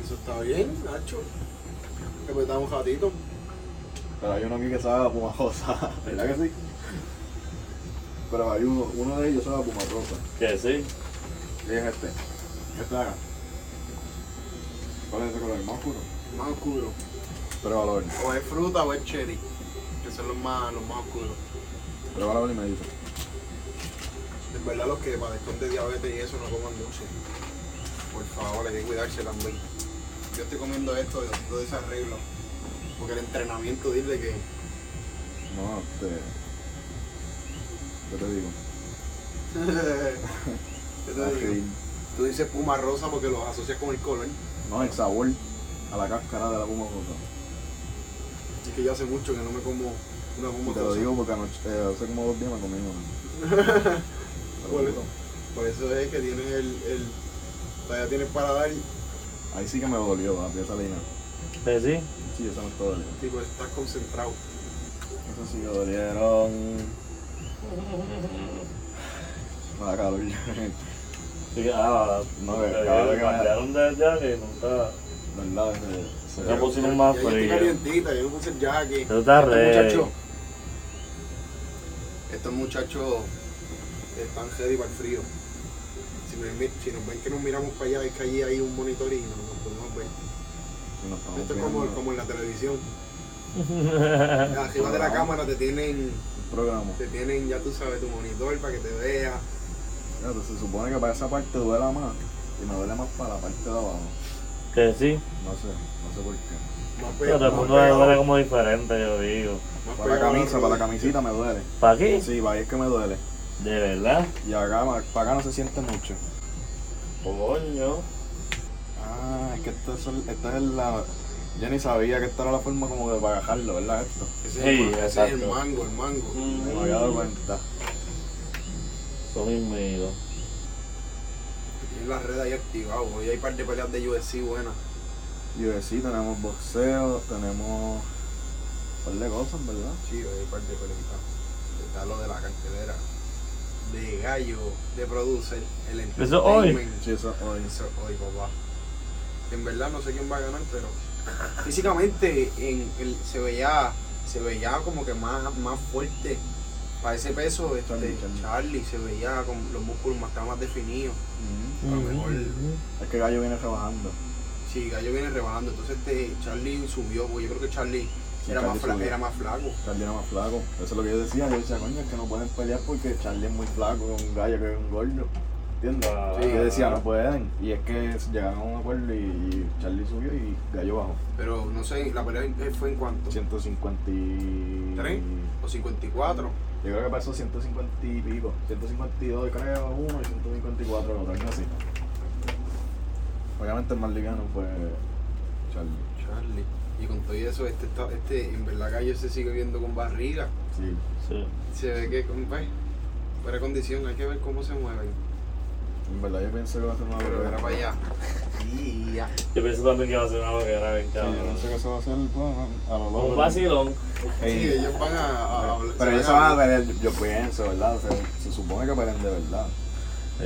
[SPEAKER 2] Eso está bien, Nacho. Repetamos un ratito.
[SPEAKER 1] Pero hay uno aquí que sabe a puma rosa, ¿verdad que sí? Pero hay uno, uno de ellos sabe a puma rosa.
[SPEAKER 3] Que sí.
[SPEAKER 1] Y es este. Este de acá. ¿Cuál es ese color? Más oscuro.
[SPEAKER 2] Más oscuro.
[SPEAKER 1] Tres valor.
[SPEAKER 2] O es fruta o es cherry. Que son los más, los más oscuros.
[SPEAKER 1] Tres valor y me dice.
[SPEAKER 2] En verdad los que padecen de diabetes y eso no coman dulce. Por favor, hay que cuidarse también. Yo estoy comiendo esto, yo estoy desarreglo. Porque el entrenamiento dile que
[SPEAKER 1] No, este. ¿Qué te digo?
[SPEAKER 2] ¿Qué te digo?
[SPEAKER 1] Ok.
[SPEAKER 2] Tú dices puma rosa porque los asocias con el color.
[SPEAKER 1] No, el sabor. a la cáscara de la goma josa.
[SPEAKER 2] Es que yo hace mucho que no me como una goma
[SPEAKER 1] Y Te lo
[SPEAKER 2] josa.
[SPEAKER 1] digo porque anoche, eh, hace como dos días me comí una.
[SPEAKER 2] Por, por eso es que tienes el, el todavía tienes paladar y
[SPEAKER 1] Ahí sí que me dolió, papi, esa leña.
[SPEAKER 3] ¿Te sí?
[SPEAKER 1] Sí, esa me está doliendo.
[SPEAKER 2] tipo estás concentrado.
[SPEAKER 1] Eso sí que dolieron. Me da calor. ¿Verdad?
[SPEAKER 3] Sí, ah,
[SPEAKER 1] No,
[SPEAKER 3] no,
[SPEAKER 1] que-
[SPEAKER 3] que
[SPEAKER 1] cabrón, que-
[SPEAKER 3] cambiaron de jack y nunca.
[SPEAKER 1] Se- este, se-
[SPEAKER 3] Nunca pusimos más
[SPEAKER 2] Ya pues, yo estoy
[SPEAKER 3] frío.
[SPEAKER 2] calientita, yo no puse el jaque.
[SPEAKER 3] Tú estás
[SPEAKER 2] Estos
[SPEAKER 3] ready.
[SPEAKER 2] muchachos- Este Estos muchachos están ready para el frío. Si, me mi- si nos ven que nos miramos para allá, es que allí hay un monitor y no nos podemos ver.
[SPEAKER 1] se nos estamos
[SPEAKER 2] Esto es como,
[SPEAKER 1] viendo.
[SPEAKER 2] como en la televisión. Arriba de la cámara te tienen,
[SPEAKER 1] Un programa.
[SPEAKER 2] te tienen, ya tú sabes, tu monitor para que te vea.
[SPEAKER 1] Fíjate, pues, se supone que para esa parte duela más. Y me duele más para la parte de abajo.
[SPEAKER 3] Que sí.
[SPEAKER 1] No sé, no sé por qué.
[SPEAKER 2] Más pe-
[SPEAKER 3] Pero todo el
[SPEAKER 2] más
[SPEAKER 3] mundo le
[SPEAKER 2] pegado-
[SPEAKER 3] duele como diferente, yo digo.
[SPEAKER 2] más
[SPEAKER 1] Para la
[SPEAKER 2] pegado a
[SPEAKER 1] camisa, para la
[SPEAKER 2] rodilla.
[SPEAKER 1] camisita me duele.
[SPEAKER 3] ¿Para aquí?
[SPEAKER 1] Sí, para ahí es que me duele.
[SPEAKER 3] De verdad.
[SPEAKER 1] Y acá, para acá no se siente mucho.
[SPEAKER 3] Coño.
[SPEAKER 1] Ah, es que esto es, el- esta es la... Yo ni sabía que esta era la forma como de bagajarlo, ¿verdad? Esto.
[SPEAKER 2] Ese es el
[SPEAKER 3] Sí,
[SPEAKER 2] ma- ese es el
[SPEAKER 3] exacto.
[SPEAKER 2] mango, el mango.
[SPEAKER 1] No me había dado cuenta.
[SPEAKER 3] Mm. Son inmigo.
[SPEAKER 2] En la red ahí activado. Hoy hay par de peleas de UFC buenas.
[SPEAKER 1] Y de sí, tenemos boxeo, tenemos... Un par de cosas, ¿verdad?
[SPEAKER 2] Sí, hoy hay par de peleas. Está lo de la cartelera. De gallo, de producer, el
[SPEAKER 3] ¿Eso es hoy?
[SPEAKER 2] entertainment.
[SPEAKER 1] Sí, eso hoy.
[SPEAKER 2] Eso es hoy, papá. En verdad no sé quién va a ganar, pero físicamente en el- se veía se veía como que más, más fuerte para ese peso este,
[SPEAKER 1] Charlie,
[SPEAKER 2] Charlie,
[SPEAKER 1] Charlie.
[SPEAKER 2] se veía con los músculos más estaban más definidos
[SPEAKER 1] Ujú.
[SPEAKER 2] a lo mejor
[SPEAKER 1] Es que Gallo viene rebajando.
[SPEAKER 2] Sí, Gallo viene rebajando, entonces este Charlie subió, porque yo creo que Charlie
[SPEAKER 1] Sí,
[SPEAKER 2] era,
[SPEAKER 1] Charlie
[SPEAKER 2] más fla-
[SPEAKER 1] subió.
[SPEAKER 2] era más flaco.
[SPEAKER 1] Charlie era más flaco. Eso es lo que yo decía. Yo decía, coño, es que no pueden pelear porque Charlie es muy flaco con Gallo que es un gordo. ¿Entiendes?
[SPEAKER 3] Ah.
[SPEAKER 1] Sí, yo decía, no pueden. Y es que llegaron a un acuerdo y, y Charlie subió y Gallo bajó.
[SPEAKER 2] Pero no sé, la pelea en- fue en cuánto,
[SPEAKER 1] 150 y...
[SPEAKER 2] ¿Tres? o 54.
[SPEAKER 1] Yo creo que pasó 150 y pico. 152 creo uno y 154 el otro, algo así. Obviamente el más liviano fue Charlie.
[SPEAKER 2] Charlie. Y con todo y eso, este, está- este en verdad Gallo se sigue viendo con barriga.
[SPEAKER 1] Sí.
[SPEAKER 3] Sí.
[SPEAKER 2] Se ve que, con- pues, fuera de condición, hay que ver cómo se mueven.
[SPEAKER 1] En verdad yo pensé que va a ser una
[SPEAKER 2] Pero era
[SPEAKER 1] loquera.
[SPEAKER 2] para allá. Y ya.
[SPEAKER 3] Yo pienso también que va a ser una loquera bien
[SPEAKER 1] Sí, yo
[SPEAKER 3] cabrón.
[SPEAKER 1] pensé que eso va a ser bueno, a lo loco.
[SPEAKER 3] Un vacilón.
[SPEAKER 1] Ey.
[SPEAKER 2] Sí, ellos van a, a- a- se
[SPEAKER 1] Pero
[SPEAKER 2] van
[SPEAKER 1] ellos se
[SPEAKER 2] a-
[SPEAKER 1] van a pelear, yo- yo pienso, ¿verdad? O sea, se supone que pelean de verdad.
[SPEAKER 3] Sí.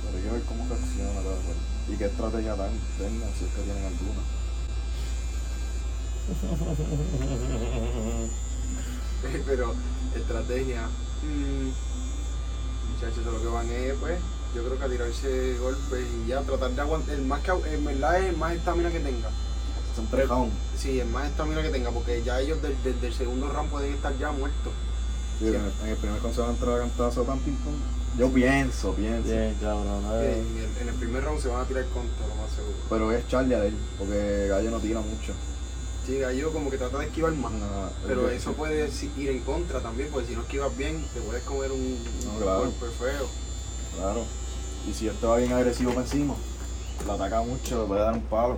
[SPEAKER 1] Pero hay que ver cómo reacciona cada cual. Y qué estrategia tan tengan, si es que tienen alguna.
[SPEAKER 2] Pero estrategia. mm, Muchachos, de lo que van es, pues, yo creo que a tirarse golpes y ya, tratar de aguantar. El más que, agu- en verdad es el más estamina que tenga.
[SPEAKER 1] Son tres rounds.
[SPEAKER 2] Sí, el más estamina que tenga, porque ya ellos del- desde el segundo round pueden estar ya muertos.
[SPEAKER 1] Sí, En el en el primer consejo entrar a cantazo tan ping pong. Yo pienso, pienso.
[SPEAKER 3] Bien cabrón.
[SPEAKER 1] Ah.
[SPEAKER 3] eh.
[SPEAKER 2] En el, en el primer round se van a tirar contra, lo más seguro.
[SPEAKER 1] Pero es Charlie a él, porque Gallo no tira mucho.
[SPEAKER 2] Sí, Gallo como que trata de esquivar más.
[SPEAKER 1] No,
[SPEAKER 2] Pero
[SPEAKER 1] yo-
[SPEAKER 2] eso puede si- ir en contra también, porque si no esquivas bien, te puedes comer un, un
[SPEAKER 1] No, claro.
[SPEAKER 2] golpe feo.
[SPEAKER 1] Claro. Y si este va bien agresivo para encima, lo ataca mucho, le puede dar un palo.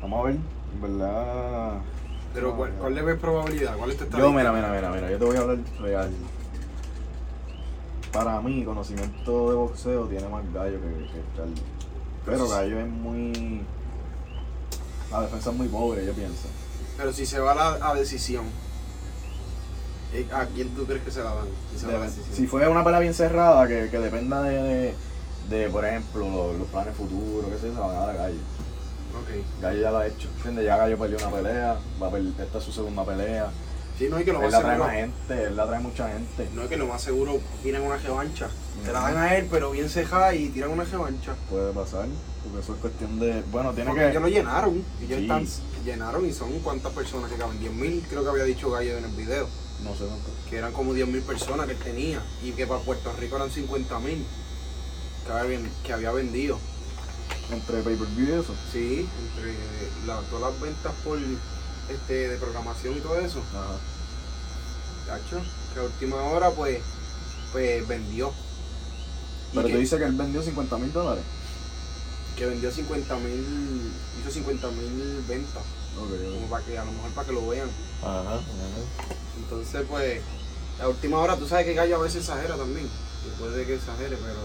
[SPEAKER 1] Vamos a ver, en verdad.
[SPEAKER 2] Pero,
[SPEAKER 1] No,
[SPEAKER 2] ¿cuál,
[SPEAKER 1] no.
[SPEAKER 2] cuál le ves probabilidad? ¿Cuál es tu
[SPEAKER 1] Yo,
[SPEAKER 2] estadística?
[SPEAKER 1] mira, mira, mira, mira, yo te voy a hablar real. Para mí, conocimiento de boxeo tiene más gallo que, que Charlie. Pero gallo es muy. La defensa es muy pobre, yo pienso.
[SPEAKER 2] Pero si se va la, a decisión, eh, ¿a quién tú crees que se la dan? Si se va a la
[SPEAKER 1] Dep-
[SPEAKER 2] decisión.
[SPEAKER 1] si fue una pelea bien cerrada, que, que dependa de, de- de, por ejemplo, los, los planes futuros, que sé, yo, se la van a dar a gallo.
[SPEAKER 2] Ok.
[SPEAKER 1] Gallo ya lo ha hecho, ¿entiendes? Ya Gallo perdió una pelea, va a perder, esta es su segunda pelea.
[SPEAKER 2] Sí, no, y que lo
[SPEAKER 1] Él
[SPEAKER 2] más
[SPEAKER 1] la trae más
[SPEAKER 2] seguro.
[SPEAKER 1] gente, él la trae mucha gente.
[SPEAKER 2] No, y que lo más seguro tiran una revancha. Te la
[SPEAKER 1] Ujú.
[SPEAKER 2] dan a él, pero bien cejada y tiran una revancha.
[SPEAKER 1] Puede pasar, porque eso es cuestión de. Bueno, tiene
[SPEAKER 2] Porque
[SPEAKER 1] que.
[SPEAKER 2] ellos lo llenaron. Ellos
[SPEAKER 1] Sí.
[SPEAKER 2] están, llenaron y son cuántas personas que caben. 10.000 creo que había dicho Gallo en el video.
[SPEAKER 1] No sé tanto.
[SPEAKER 2] que eran como 10.000 personas que él tenía y que para Puerto Rico eran 50.000 que había, ven- que había vendido.
[SPEAKER 1] Entre pay per view y eso.
[SPEAKER 2] Sí, entre la- todas las ventas por este de programación y todo eso,
[SPEAKER 1] Ajá.
[SPEAKER 2] cacho, que a última hora pues pues vendió. Y
[SPEAKER 1] Pero
[SPEAKER 2] que-
[SPEAKER 1] tú dices que él vendió 50 mil dólares.
[SPEAKER 2] que vendió 50 mil, hizo 50 mil ventas, como
[SPEAKER 1] Ok,
[SPEAKER 2] para que a lo mejor para que lo vean.
[SPEAKER 3] Ajá, ajá.
[SPEAKER 2] Entonces, pues, a última hora, tú sabes que Gallo a veces exagera también. Y puede que exagere, pero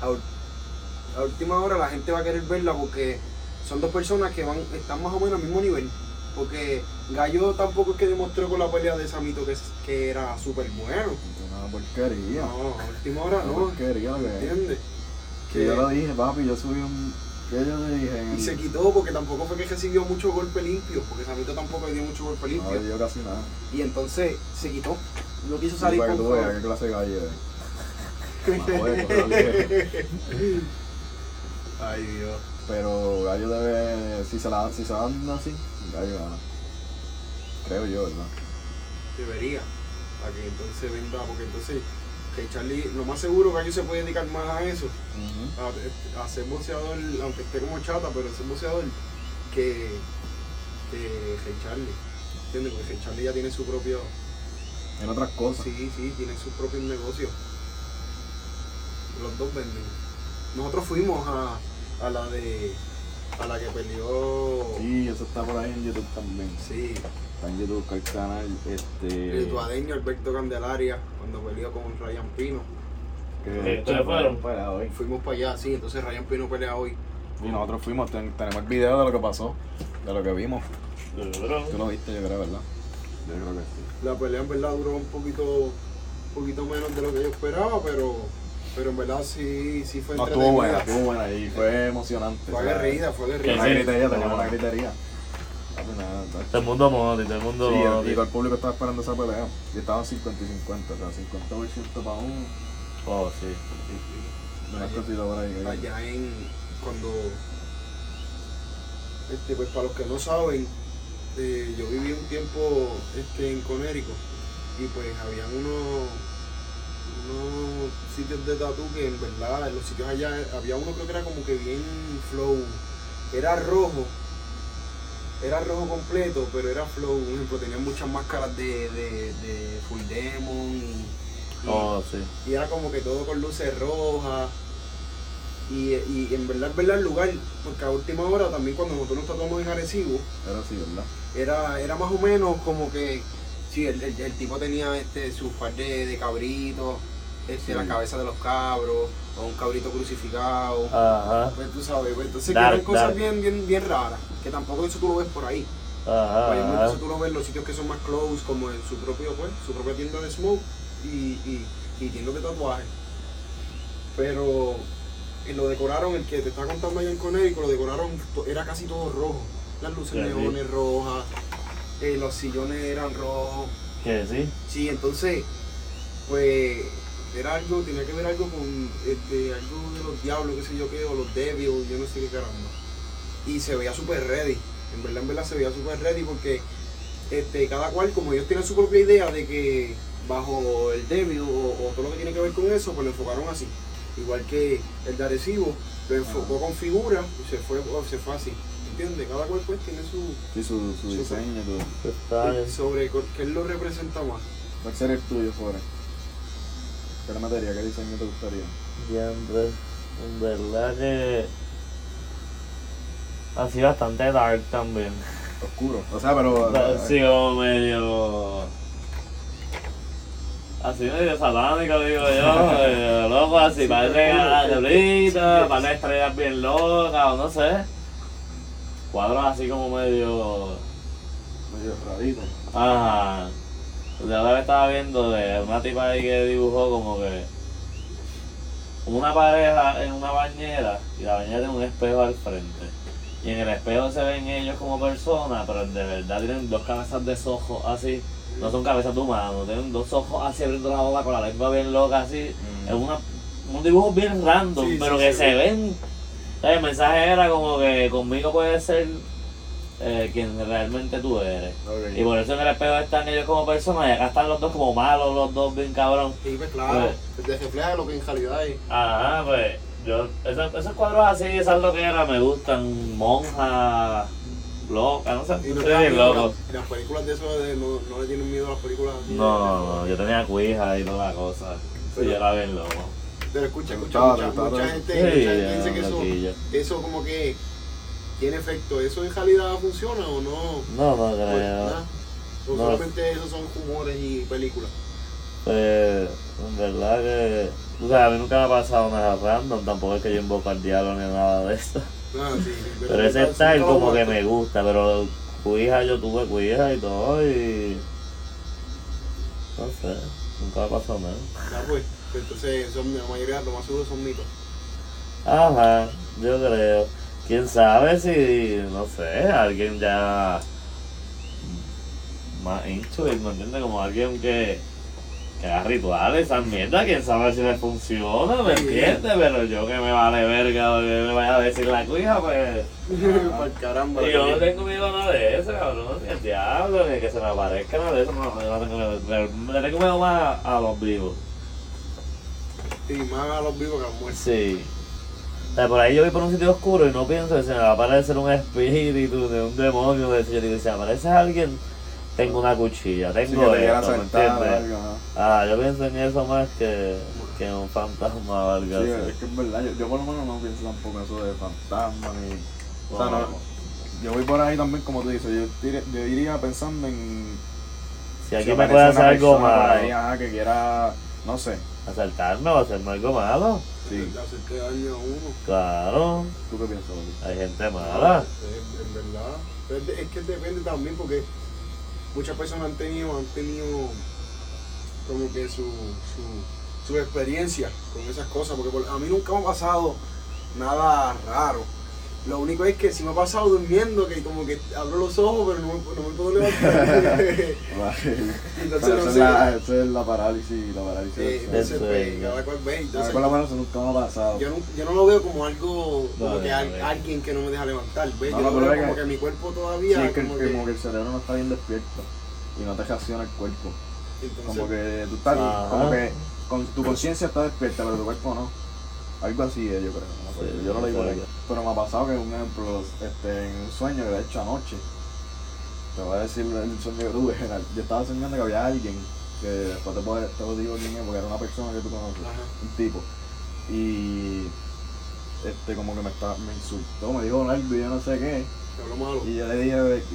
[SPEAKER 2] a, ul- a última hora la gente va a querer verla porque son dos personas que van están más o menos al mismo nivel. Porque Gallo tampoco es que demostró con la pelea de Samito que, es- que era súper bueno.
[SPEAKER 1] Una porquería.
[SPEAKER 2] No, a última hora
[SPEAKER 1] Una
[SPEAKER 2] no.
[SPEAKER 1] porquería lo que es.
[SPEAKER 2] ¿Entiendes?
[SPEAKER 1] Que yo lo dije, papi, yo subí un. ¿Qué yo le dije? En
[SPEAKER 2] Y se quitó porque tampoco fue que recibió mucho golpe limpio, porque Samito tampoco le dio mucho golpe
[SPEAKER 1] No
[SPEAKER 2] limpio.
[SPEAKER 1] le dio casi nada.
[SPEAKER 2] Y entonces se quitó. No quiso salir
[SPEAKER 1] para
[SPEAKER 2] con
[SPEAKER 1] que tú veas qué clase de gallo es. Mamá, güey, por eso le dije.
[SPEAKER 2] Ay Dios.
[SPEAKER 1] Pero Gallo debe. Si se la si se la dan así, Gallo gana. Creo yo, ¿verdad?
[SPEAKER 2] debería para que entonces venda porque entonces que Charlie lo más seguro que ellos se puede dedicar más a eso a, a ser boxeador aunque esté como chata pero ser boxeador que que Rey Charlie ¿entiendes? porque Rey Charlie ya tiene su propio
[SPEAKER 1] En otras cosas.
[SPEAKER 2] Oh, sí sí tiene su propio negocio los dos venden nosotros fuimos a, a la de a la que peleó
[SPEAKER 1] Sí, eso está por ahí en YouTube también.
[SPEAKER 2] sí
[SPEAKER 1] Está en YouTube, busca el canal. Este.
[SPEAKER 2] Lituadeño Alberto Candelaria cuando peleó con Ryan Pino
[SPEAKER 1] Que
[SPEAKER 3] Ustedes fueron.
[SPEAKER 1] para hoy.
[SPEAKER 2] Fuimos para allá, sí, entonces Ryan Pino pelea hoy.
[SPEAKER 1] Y nosotros fuimos, ten- tenemos el video de lo que pasó, de lo que vimos.
[SPEAKER 3] Seguro.
[SPEAKER 1] Tú lo viste, yo creo, ¿verdad? Yo creo que sí.
[SPEAKER 2] La pelea en verdad duró un poquito, un poquito menos de lo que yo esperaba, pero, pero en verdad sí, sí fue
[SPEAKER 1] No,
[SPEAKER 2] entretenida.
[SPEAKER 1] estuvo buena, estuvo buena y fue emocionante.
[SPEAKER 2] Fue
[SPEAKER 1] o sea,
[SPEAKER 2] aguerrida, fue
[SPEAKER 1] Una
[SPEAKER 3] Sí, sí.
[SPEAKER 2] aguerrida.
[SPEAKER 1] gritería, teníamos una gritería. Ah, pues nada, está-
[SPEAKER 3] Todo el mundo monte, todo el mundo
[SPEAKER 1] Sí,
[SPEAKER 3] monte.
[SPEAKER 1] y todo el público estaba esperando esa pelea. Y estaban 50 y 50, o sea, 50% para uno.
[SPEAKER 3] Oh, sí.
[SPEAKER 1] y Una computadora ahí. ahí.
[SPEAKER 2] Allá en cuando este pues para los que no saben, eh, yo viví un tiempo este en Conérico y pues habían unos unos sitios de tatu que en verdad en los sitios allá eh, había uno creo que era como que bien flow era rojo era rojo completo pero era flow por ejemplo tenían muchas máscaras de, de, de full demon y- y
[SPEAKER 3] Oh, sí.
[SPEAKER 2] y era como que todo con luces rojas. Y, y en verdad, en verdad, el lugar, porque a última hora también cuando nosotros nos tatuamos en Arecibo,
[SPEAKER 1] Era así, ¿verdad?
[SPEAKER 2] era, era más o menos como que, sí, el, el- el tipo tenía este, su par de, de cabritos, este,
[SPEAKER 1] Sí.
[SPEAKER 2] la cabeza de los cabros, o un cabrito crucificado.
[SPEAKER 3] Ah. Ajá,
[SPEAKER 2] Pues tú sabes, pues, entonces que
[SPEAKER 3] Dark,
[SPEAKER 2] eran cosas
[SPEAKER 3] dark.
[SPEAKER 2] bien, bien, bien raras, que tampoco eso tú lo ves por ahí. Obviamente
[SPEAKER 3] ajá.
[SPEAKER 2] eso tú lo ves en los sitios que son más close, como en su propio pues, su propia tienda de smoke y, y, y tiendas de tatuajes. Pero eh, lo decoraron, el que te estaba contando allá en Connecticut, lo decoraron, to- era casi todo rojo. Las luces
[SPEAKER 3] Ya vi.
[SPEAKER 2] neones rojas, eh, los sillones eran rojos.
[SPEAKER 3] ¿Qué sí?
[SPEAKER 2] Sí, entonces, pues era algo, tenía que ver algo con este, algo de los diablos, qué sé yo qué, o los devils, yo no sé qué caramba. Y se veía súper ready, en verdad, en verdad se veía súper ready porque este, cada cual, como ellos tienen su propia idea de que bajo el devil o, o todo lo que tiene que ver con eso, pues lo enfocaron así. Igual que el de Arecibo, lo enfocó con figuras y se fue, se fue así. ¿Entiendes? Cada cual pues tiene su...
[SPEAKER 1] Sí, su, su
[SPEAKER 2] Sí,
[SPEAKER 1] diseño, tu.
[SPEAKER 3] Pues, Está bien.
[SPEAKER 2] sobre co- qué él lo representa más.
[SPEAKER 1] ¿Cuál sería el tuyo, Fore? ¿Qué la materia? ¿Qué diseño te gustaría?
[SPEAKER 3] Ya, hombre, pues, en verdad que así bastante dark también.
[SPEAKER 1] Oscuro. O sea, pero.
[SPEAKER 3] Ha sido medio. Así medio satánico, digo yo, medio loco, así, parece que diablitas, parece estrellas bien locas, o no sé. Cuadros así como medio.
[SPEAKER 1] Medio rarito.
[SPEAKER 3] Ajá. La otra vez estaba viendo de una tipa ahí que dibujó como que una pareja en una bañera y la bañera tiene un espejo al frente. Y en el espejo se ven ellos como personas, pero de verdad tienen dos cabezas de ojos así. No son cabezas de humanos, tienen dos ojos así abriendo la boca con la lengua bien loca así.
[SPEAKER 1] Mm.
[SPEAKER 3] Es una, un dibujo bien random,
[SPEAKER 2] Sí,
[SPEAKER 3] pero
[SPEAKER 2] sí,
[SPEAKER 3] que
[SPEAKER 2] se
[SPEAKER 3] se
[SPEAKER 2] ve.
[SPEAKER 3] ven. El mensaje era como que conmigo puedes ser eh, quien realmente tú eres.
[SPEAKER 1] Ok.
[SPEAKER 3] Y por eso en el espejo están ellos como personas y acá están los dos como malos, los dos bien cabrón.
[SPEAKER 2] Y pues claro, te refleja lo que en realidad es.
[SPEAKER 3] Ajá, pues yo, esos, esos cuadros así, esas loqueras me gustan, monja, loca, no sé,
[SPEAKER 2] Y no
[SPEAKER 3] sí,
[SPEAKER 2] te da miedo,
[SPEAKER 3] loco.
[SPEAKER 2] y las películas de eso de- no, no le tienen miedo a las películas así.
[SPEAKER 3] No, no, yo tenía cuija y toda la cosa, sí, yo era bien loco.
[SPEAKER 2] Pero escucha, escucha,
[SPEAKER 1] gustaba,
[SPEAKER 2] mucha,
[SPEAKER 1] te gustaba
[SPEAKER 2] mucha
[SPEAKER 1] todo eso.
[SPEAKER 2] gente,
[SPEAKER 3] Sí,
[SPEAKER 2] mucha gente
[SPEAKER 3] ya,
[SPEAKER 2] dice que eso,
[SPEAKER 3] loquillo.
[SPEAKER 2] eso como que tiene efecto. ¿Eso en realidad funciona o no?
[SPEAKER 3] No, no
[SPEAKER 2] Pues,
[SPEAKER 3] creo.
[SPEAKER 2] nada. O
[SPEAKER 3] No.
[SPEAKER 2] solamente esos son humores y películas.
[SPEAKER 3] Pues, en verdad que. O sea, a mí nunca me ha pasado nada random, tampoco es que yo invoco al diablo ni nada de eso.
[SPEAKER 2] Nada, sí,
[SPEAKER 3] Pero ese style como que me gusta, pero cuija yo tuve cuija y todo y. No sé, nunca me ha pasado nada.
[SPEAKER 2] Ya, pues, pues, entonces son, la mayoría, lo más seguro son mitos.
[SPEAKER 3] Ajá, yo creo. Quién sabe si, no sé, alguien ya más hincho, ¿me entiendes? Como alguien que, que haga rituales, esas mierdas, quién sabe si le funciona, ¿me
[SPEAKER 2] Sí.
[SPEAKER 3] entiendes? Pero yo que me vale verga, o que me vaya a decir la cuija, pues.
[SPEAKER 2] Pa'l caramba.
[SPEAKER 3] Y yo no
[SPEAKER 2] coño.
[SPEAKER 3] tengo miedo a nada de eso, cabrón, ni al diablo, ni que se me aparezca nada de eso, no, yo no tengo miedo. Le- Le tengo miedo más a los vivos.
[SPEAKER 2] Y más a los vivos que a los muertos.
[SPEAKER 3] Sí. O sea, por ahí yo voy por un sitio oscuro y no pienso que se me va a aparecer un espíritu de un demonio. De eso. Yo digo, si aparece alguien, tengo una cuchilla,
[SPEAKER 1] Sí,
[SPEAKER 3] tengo
[SPEAKER 1] que te quieran
[SPEAKER 3] esto, ¿me
[SPEAKER 1] saltar o
[SPEAKER 3] entiendes?
[SPEAKER 1] algo, ajá.
[SPEAKER 3] Ah, yo pienso en eso más que, que en un fantasma o algo
[SPEAKER 1] Sí,
[SPEAKER 3] así.
[SPEAKER 1] es que es verdad, yo, yo por lo menos no pienso tampoco eso de fantasmas ni. O sea, no, yo voy por ahí también, como tú dices, yo, dir- yo iría pensando en.
[SPEAKER 3] Si
[SPEAKER 1] aquí
[SPEAKER 3] alguien me puede hacer algo malo,
[SPEAKER 1] que quiera. No sé.
[SPEAKER 3] asaltarme o hacerme algo malo,
[SPEAKER 1] Sí.
[SPEAKER 2] Le hacerte daño a uno.
[SPEAKER 3] claro,
[SPEAKER 1] ¿Tú qué piensas, Oli?
[SPEAKER 3] hay gente mala.
[SPEAKER 2] Es, es Eh, verdad. Pero es, de- es que depende también porque muchas personas han tenido, han tenido como que su, su, su experiencia con esas cosas. Porque por- a mí nunca me ha pasado nada raro. Lo único es que si me ha pasado durmiendo, que como que abro los ojos, pero no me, no me puedo levantar. Entonces
[SPEAKER 1] Pero
[SPEAKER 2] no
[SPEAKER 1] esa, es
[SPEAKER 2] sé.
[SPEAKER 1] la, esa es la parálisis, la parálisis.
[SPEAKER 2] Eh,
[SPEAKER 1] del
[SPEAKER 2] entonces,
[SPEAKER 1] sueño.
[SPEAKER 2] pues, cada cual ve.
[SPEAKER 1] A mí
[SPEAKER 2] Entonces,
[SPEAKER 1] por lo menos eso nunca me ha pasado.
[SPEAKER 2] yo no, yo no lo veo como algo, como
[SPEAKER 3] No,
[SPEAKER 2] que
[SPEAKER 3] no,
[SPEAKER 2] al-
[SPEAKER 3] no.
[SPEAKER 2] alguien que no me deja levantar, ¿ves?
[SPEAKER 1] No, no,
[SPEAKER 2] yo lo
[SPEAKER 1] pero
[SPEAKER 2] veo
[SPEAKER 1] venga.
[SPEAKER 2] como que mi cuerpo
[SPEAKER 1] Sí,
[SPEAKER 2] todavía,
[SPEAKER 1] es que, el-
[SPEAKER 2] como que,
[SPEAKER 1] como que el cerebro no está bien despierto y no te reacciona el cuerpo.
[SPEAKER 2] entonces,
[SPEAKER 1] Como que tú estás,
[SPEAKER 3] Ajá.
[SPEAKER 1] como que con tu conciencia está despierta, pero tu cuerpo no. Algo así es, yo creo. no me acuerdo,
[SPEAKER 3] Sí,
[SPEAKER 1] yo no lo digo
[SPEAKER 3] sí.
[SPEAKER 1] ahí. Pero me ha pasado que, un ejemplo, este, en un sueño que de hecho anoche, te voy a decir el sueño que tuve. era- Yo estaba soñando que había alguien, que después te, puedo- te lo digo quién es, porque era una persona que tú conoces,
[SPEAKER 2] Ajá.
[SPEAKER 1] un tipo. Y este, como que me, estaba, me insultó, me dijo algo y yo no sé qué.
[SPEAKER 2] te hablo malo.
[SPEAKER 1] Y yo le dije,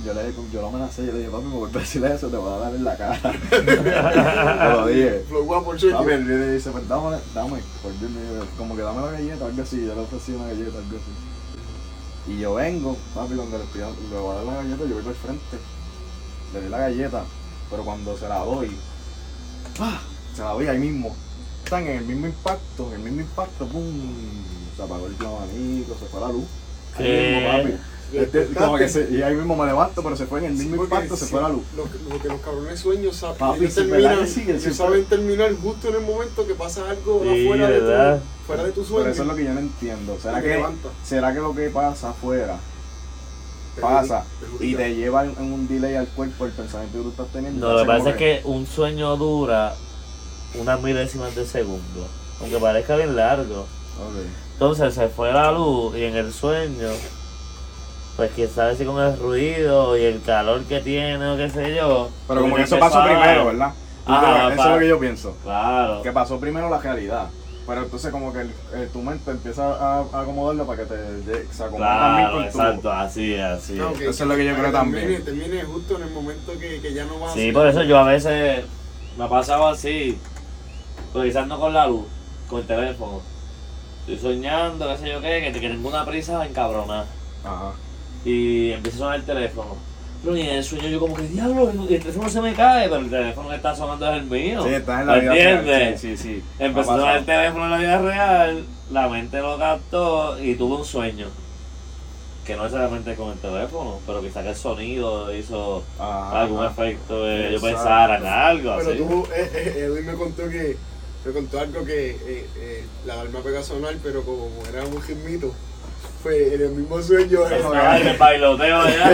[SPEAKER 1] yo le yo lo amenacé, yo le dije, papi, me vuelvo a decir eso, te voy a dar en la cara. te lo dije.
[SPEAKER 2] Flow guapo,
[SPEAKER 1] Papi,
[SPEAKER 2] chico.
[SPEAKER 1] él viene y dice, pues dame, dame, por Dios mío, como que dame la galleta, algo así, yo le ofrecí una galleta, algo así. Y yo vengo, papi, cuando le, pido, le voy a dar la galleta, yo voy al frente, le doy la galleta, pero cuando se la doy, ¡pah! se la doy ahí mismo. Están en el mismo impacto, en el mismo impacto, ¡pum! Se apagó el abanico, se fue la luz. Ahí
[SPEAKER 3] ¿Qué?
[SPEAKER 1] mismo, papi. Este, como que se- y ahí mismo me levanto, pero se fue en el mismo impacto, se fue la luz.
[SPEAKER 2] Lo, que- lo que los cabrones sueños saben,
[SPEAKER 1] Papi,
[SPEAKER 2] ellos
[SPEAKER 1] sí,
[SPEAKER 2] terminan,
[SPEAKER 1] ¿verdad que sí?
[SPEAKER 2] ellos
[SPEAKER 1] Sí,
[SPEAKER 2] saben terminar justo en el momento que pasa algo
[SPEAKER 3] Sí,
[SPEAKER 2] afuera de
[SPEAKER 3] ¿verdad?
[SPEAKER 2] tu, fuera de tu
[SPEAKER 1] Pero
[SPEAKER 2] sueño.
[SPEAKER 1] eso es lo que yo no entiendo. ¿Será
[SPEAKER 2] Te
[SPEAKER 1] que,
[SPEAKER 2] levanta.
[SPEAKER 1] ¿será que lo que pasa afuera
[SPEAKER 2] Te
[SPEAKER 1] pasa
[SPEAKER 2] perjudica.
[SPEAKER 1] y te lleva en en un delay al cuerpo el pensamiento que tú estás teniendo?
[SPEAKER 3] No, lo que
[SPEAKER 1] Entonces,
[SPEAKER 3] pasa es que un sueño dura unas milésimas de segundo, aunque parezca bien largo.
[SPEAKER 1] como que-
[SPEAKER 3] Entonces se fue la luz y en el sueño, pues quién sabe si con el ruido y el calor que tiene o qué sé yo.
[SPEAKER 1] Pero como que
[SPEAKER 3] hubiera
[SPEAKER 1] eso pasó
[SPEAKER 3] empezado.
[SPEAKER 1] primero, ¿verdad? Yo
[SPEAKER 3] Ajá,
[SPEAKER 1] creo que eso es
[SPEAKER 3] Ah, pa-
[SPEAKER 1] lo que yo pienso.
[SPEAKER 3] Claro.
[SPEAKER 1] Que pasó primero la realidad. Pero entonces como que el- eh, tu mente empieza a, a acomodarlo para que te llegue- se acomode también
[SPEAKER 3] Claro,
[SPEAKER 1] con tu...
[SPEAKER 3] exacto, así, así.
[SPEAKER 2] Ah, ok,
[SPEAKER 1] eso es lo que yo
[SPEAKER 2] para
[SPEAKER 1] creo
[SPEAKER 2] termine-
[SPEAKER 1] también.
[SPEAKER 2] Termine justo en el momento que, que ya no vas
[SPEAKER 3] Sí, por eso yo a veces me ha pasado así, pero quizás no con la luz, con el teléfono. Estoy soñando, qué sé yo qué, que, que tengo una prisa encabronada.
[SPEAKER 1] Ajá.
[SPEAKER 3] y empieza a sonar el teléfono. Pero ni en el sueño yo como que diablo, y el teléfono se me cae, pero el teléfono que está sonando es el mío.
[SPEAKER 1] Sí, estás en la
[SPEAKER 3] ¿Me
[SPEAKER 1] vida real.
[SPEAKER 3] ¿Entiendes?
[SPEAKER 1] Sí, sí, sí. Me ha
[SPEAKER 3] Empezó a sonar el
[SPEAKER 1] pasado.
[SPEAKER 3] teléfono en la vida real, la mente lo captó y tuve un sueño. Que no necesariamente con el teléfono, pero quizás que el sonido hizo
[SPEAKER 1] Ajá.
[SPEAKER 3] algún efecto de yo
[SPEAKER 1] Ah, Exacto.
[SPEAKER 3] pensara en algo
[SPEAKER 2] Pero
[SPEAKER 3] así.
[SPEAKER 2] tú, eh, eh, Edwin me contó que me contó algo que eh, eh, la alarma pegó a sonar, pero como era un gimito, fue en el mismo sueño. eh,
[SPEAKER 3] Estaba en el bailoteo allá.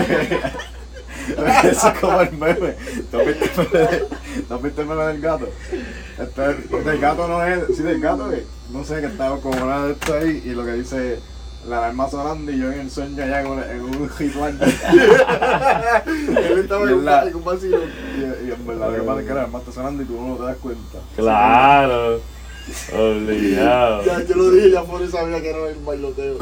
[SPEAKER 1] Eso es como el meme. ¿Tú has visto el meme, ¿Tú has visto el meme del gato? Este, del gato no es. Sí, del gato es. No sé, que estaba con una de estas ahí y lo que dice la alarma sonando y yo en el sueño allá en un, en un ritual.
[SPEAKER 2] Él estaba
[SPEAKER 1] Y
[SPEAKER 2] en
[SPEAKER 1] en
[SPEAKER 2] un,
[SPEAKER 1] la-
[SPEAKER 2] en un vacilón.
[SPEAKER 1] Y, y en verdad lo que pasa es que la alarma está sonando y tú no te das cuenta.
[SPEAKER 3] Claro. Obligado.
[SPEAKER 2] Ya, yo lo dije, ya Fori sabía que era el bailoteo.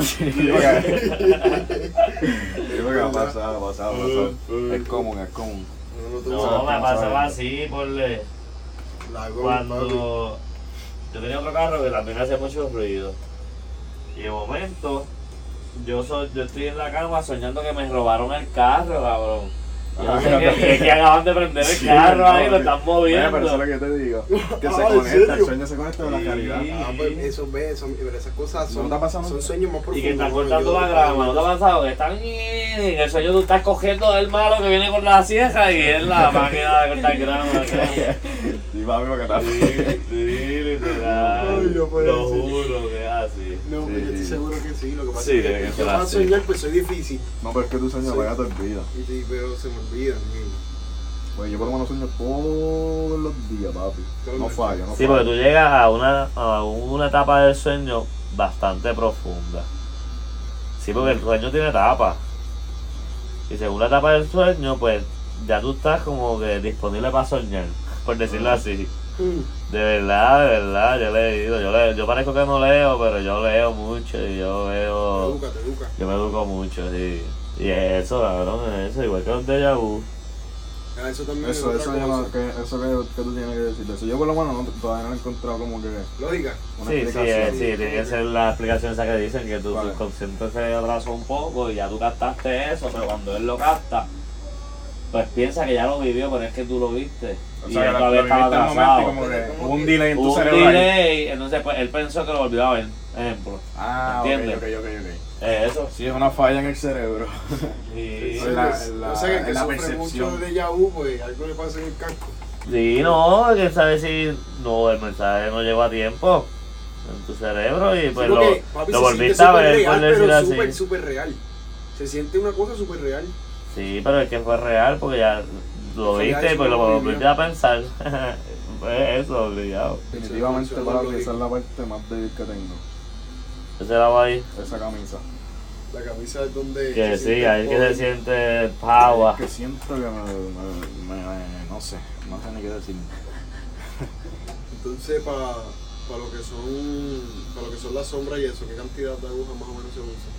[SPEAKER 1] ha pasado, ha pasado, ha pasado. Es común, es común.
[SPEAKER 2] No, no, tú
[SPEAKER 4] No,
[SPEAKER 2] sabes.
[SPEAKER 4] me pasaba así, porle.
[SPEAKER 2] La goma, papi.
[SPEAKER 4] Cuando yo tenía otro carro que también hacía mucho ruido. Y de momento, yo, so- yo estoy en la cama soñando que me robaron el carro, cabrón. Yo
[SPEAKER 1] Ah,
[SPEAKER 4] sé
[SPEAKER 1] no,
[SPEAKER 4] que, que- que acaban de prender el carro ahí, lo están
[SPEAKER 1] Mira, pero
[SPEAKER 4] moviendo.
[SPEAKER 1] eso es lo que yo te digo. Que se
[SPEAKER 2] Ah, ¿en
[SPEAKER 1] conecta, el
[SPEAKER 2] serio?
[SPEAKER 1] sueño se conecta con la
[SPEAKER 4] Sí.
[SPEAKER 1] calidad.
[SPEAKER 2] Ah, pues eso ves, son- pero esas cosas
[SPEAKER 1] ¿No
[SPEAKER 2] son,
[SPEAKER 1] te ha pasado?
[SPEAKER 2] son sueños más profundos.
[SPEAKER 4] y que están
[SPEAKER 2] mano.
[SPEAKER 4] cortando
[SPEAKER 2] Yo-
[SPEAKER 4] la grama, ¿no te ha pasado? Que están en el sueño tú estás cogiendo el malo que viene con la sieja y es la máquina de cortar grama. cabrón.
[SPEAKER 1] Sí, papi, lo que está.
[SPEAKER 4] Sí, sí,
[SPEAKER 2] Ay,
[SPEAKER 4] literal.
[SPEAKER 2] no puede
[SPEAKER 4] Lo
[SPEAKER 2] ser.
[SPEAKER 4] juro que es así.
[SPEAKER 2] No, pero
[SPEAKER 1] Sí,
[SPEAKER 2] yo estoy
[SPEAKER 1] sí.
[SPEAKER 2] seguro que sí. Lo que pasa
[SPEAKER 4] Sí,
[SPEAKER 2] es
[SPEAKER 4] tiene que
[SPEAKER 2] que
[SPEAKER 4] ser
[SPEAKER 2] yo para
[SPEAKER 4] así.
[SPEAKER 2] soñar pues soy difícil.
[SPEAKER 1] No, pero es que tu sueño
[SPEAKER 2] Sí.
[SPEAKER 1] apaga tu vida.
[SPEAKER 2] Y- y- Pero se me olvida. y-
[SPEAKER 1] Pues yo por lo menos sueño todos los días, papi. No fallo, no
[SPEAKER 3] Sí,
[SPEAKER 1] fallo.
[SPEAKER 3] porque tú llegas a una, a una etapa del sueño bastante profunda. Sí, porque el sueño tiene etapas. Y según la etapa del sueño, pues ya tú estás como que disponible para soñar, por decirlo así.
[SPEAKER 2] Mm.
[SPEAKER 3] De verdad, de verdad, yo le he leído, yo, le, yo parezco que no leo, pero yo leo mucho y yo veo,
[SPEAKER 2] Educa, te educa.
[SPEAKER 3] yo me educo mucho, sí. Y es eso, cabrón, es eso, igual que los déjà vu.
[SPEAKER 2] Ah, eso también
[SPEAKER 1] Eso,
[SPEAKER 2] es
[SPEAKER 1] eso,
[SPEAKER 2] otra
[SPEAKER 1] yo
[SPEAKER 2] cosa.
[SPEAKER 1] no- que, eso que, que tú tienes que decir. Eso yo por lo menos no, todavía no lo he encontrado como que
[SPEAKER 2] Lógica.
[SPEAKER 1] una
[SPEAKER 3] Sí, sí, eh,
[SPEAKER 1] explicación.
[SPEAKER 3] sí, tiene que ser la explicación esa que dicen que tu
[SPEAKER 1] Vale.
[SPEAKER 3] subconsciente
[SPEAKER 4] te
[SPEAKER 3] se
[SPEAKER 4] atrasó un poco y ya tú captaste eso, pero cuando él lo capta, pues piensa que ya lo vivió, pero es que tú lo viste.
[SPEAKER 1] O
[SPEAKER 4] y
[SPEAKER 1] sea,
[SPEAKER 4] él
[SPEAKER 1] que
[SPEAKER 4] todavía
[SPEAKER 1] lo, lo viviste
[SPEAKER 4] estaba
[SPEAKER 1] en un momento y
[SPEAKER 4] atrasado.
[SPEAKER 1] como que
[SPEAKER 2] Como
[SPEAKER 1] hubo un
[SPEAKER 2] que-
[SPEAKER 1] delay en tu
[SPEAKER 4] Hubo un
[SPEAKER 1] cerebro. ahí.
[SPEAKER 4] delay, entonces pues él pensó que lo volvió a ver, ejemplo.
[SPEAKER 1] Ah, ok, ok,
[SPEAKER 4] ¿Entiendes?
[SPEAKER 1] ok, ok.
[SPEAKER 4] Es eso.
[SPEAKER 1] Sí, es una falla en el cerebro.
[SPEAKER 4] Y-
[SPEAKER 2] Sí,
[SPEAKER 1] en la-
[SPEAKER 2] pues,
[SPEAKER 1] en la-
[SPEAKER 2] o sea, que el que
[SPEAKER 1] en la
[SPEAKER 2] sufre
[SPEAKER 1] percepción.
[SPEAKER 2] mucho de Yahoo, pues algo le pasa en el casco.
[SPEAKER 3] Sí, no, que sabe si no, el mensaje no llegó a tiempo en tu cerebro y pues
[SPEAKER 2] Sí,
[SPEAKER 3] lo,
[SPEAKER 2] porque, papi,
[SPEAKER 3] lo
[SPEAKER 2] se siente
[SPEAKER 3] volviste a
[SPEAKER 2] súper
[SPEAKER 3] ver, por
[SPEAKER 2] real,
[SPEAKER 3] decir
[SPEAKER 2] pero
[SPEAKER 3] así.
[SPEAKER 2] súper, súper real. Se siente una cosa súper real.
[SPEAKER 3] Sí, pero es que fue real porque ya lo
[SPEAKER 2] Fue real,
[SPEAKER 3] viste y pues
[SPEAKER 2] sí,
[SPEAKER 3] lo
[SPEAKER 2] lo
[SPEAKER 3] volviste
[SPEAKER 2] vivió.
[SPEAKER 3] a pensar. Fue eso, obligado.
[SPEAKER 1] Definitivamente,
[SPEAKER 2] Eso es
[SPEAKER 1] papi,
[SPEAKER 2] lo que-
[SPEAKER 1] esa es la parte más débil que tengo.
[SPEAKER 3] Ese era ahí.
[SPEAKER 1] Esa camisa.
[SPEAKER 2] La camisa es donde.
[SPEAKER 3] Que
[SPEAKER 2] se
[SPEAKER 3] sí,
[SPEAKER 2] siente
[SPEAKER 3] ahí
[SPEAKER 2] el
[SPEAKER 3] que
[SPEAKER 2] poder.
[SPEAKER 3] se siente power.
[SPEAKER 1] Es que siento que me, me- me- No sé, no sé ni qué decir.
[SPEAKER 2] Entonces, para lo que son para lo que son las sombras y eso, ¿qué cantidad de agujas más o menos se usa?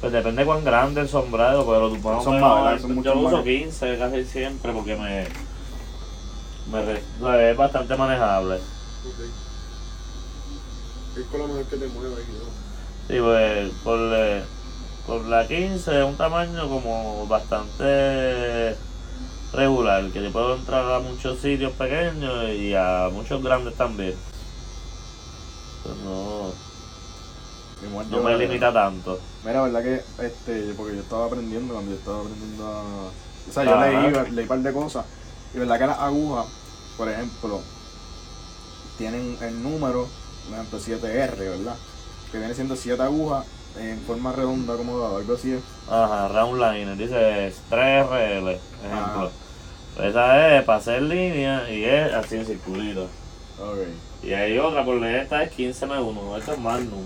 [SPEAKER 3] Pues depende cuán grande el sombrado, pero tú más o
[SPEAKER 1] Son
[SPEAKER 3] menos,
[SPEAKER 1] malas, son mucho
[SPEAKER 3] Yo uso
[SPEAKER 1] malas.
[SPEAKER 3] 15 casi siempre porque me. me re- lo es bastante manejable.
[SPEAKER 2] Ok. Es con lo mejor que te mueve y todo.
[SPEAKER 3] Sí, pues por, le- por la 15 es un tamaño como bastante regular, que le puedo entrar a muchos sitios pequeños y a muchos grandes también. Pues no,
[SPEAKER 1] Igual
[SPEAKER 3] no
[SPEAKER 1] yo-
[SPEAKER 3] me limita tanto.
[SPEAKER 1] Mira, verdad que, este, porque yo estaba aprendiendo, cuando yo estaba aprendiendo a... O sea, yo
[SPEAKER 3] Ajá.
[SPEAKER 1] leí, leí un par de cosas, y verdad que las agujas, por ejemplo, tienen el número, por ejemplo, 7R, ¿verdad? Que viene siendo 7 agujas en forma redonda, acomodada, algo así es.
[SPEAKER 3] Ajá, round liner, dice 3RL, ejemplo. Pues
[SPEAKER 1] Ah.
[SPEAKER 3] Esa es para hacer línea y es así en circulito.
[SPEAKER 1] Ok.
[SPEAKER 3] Y hay otra, por leer, esta es 15M1, esta es Magnum.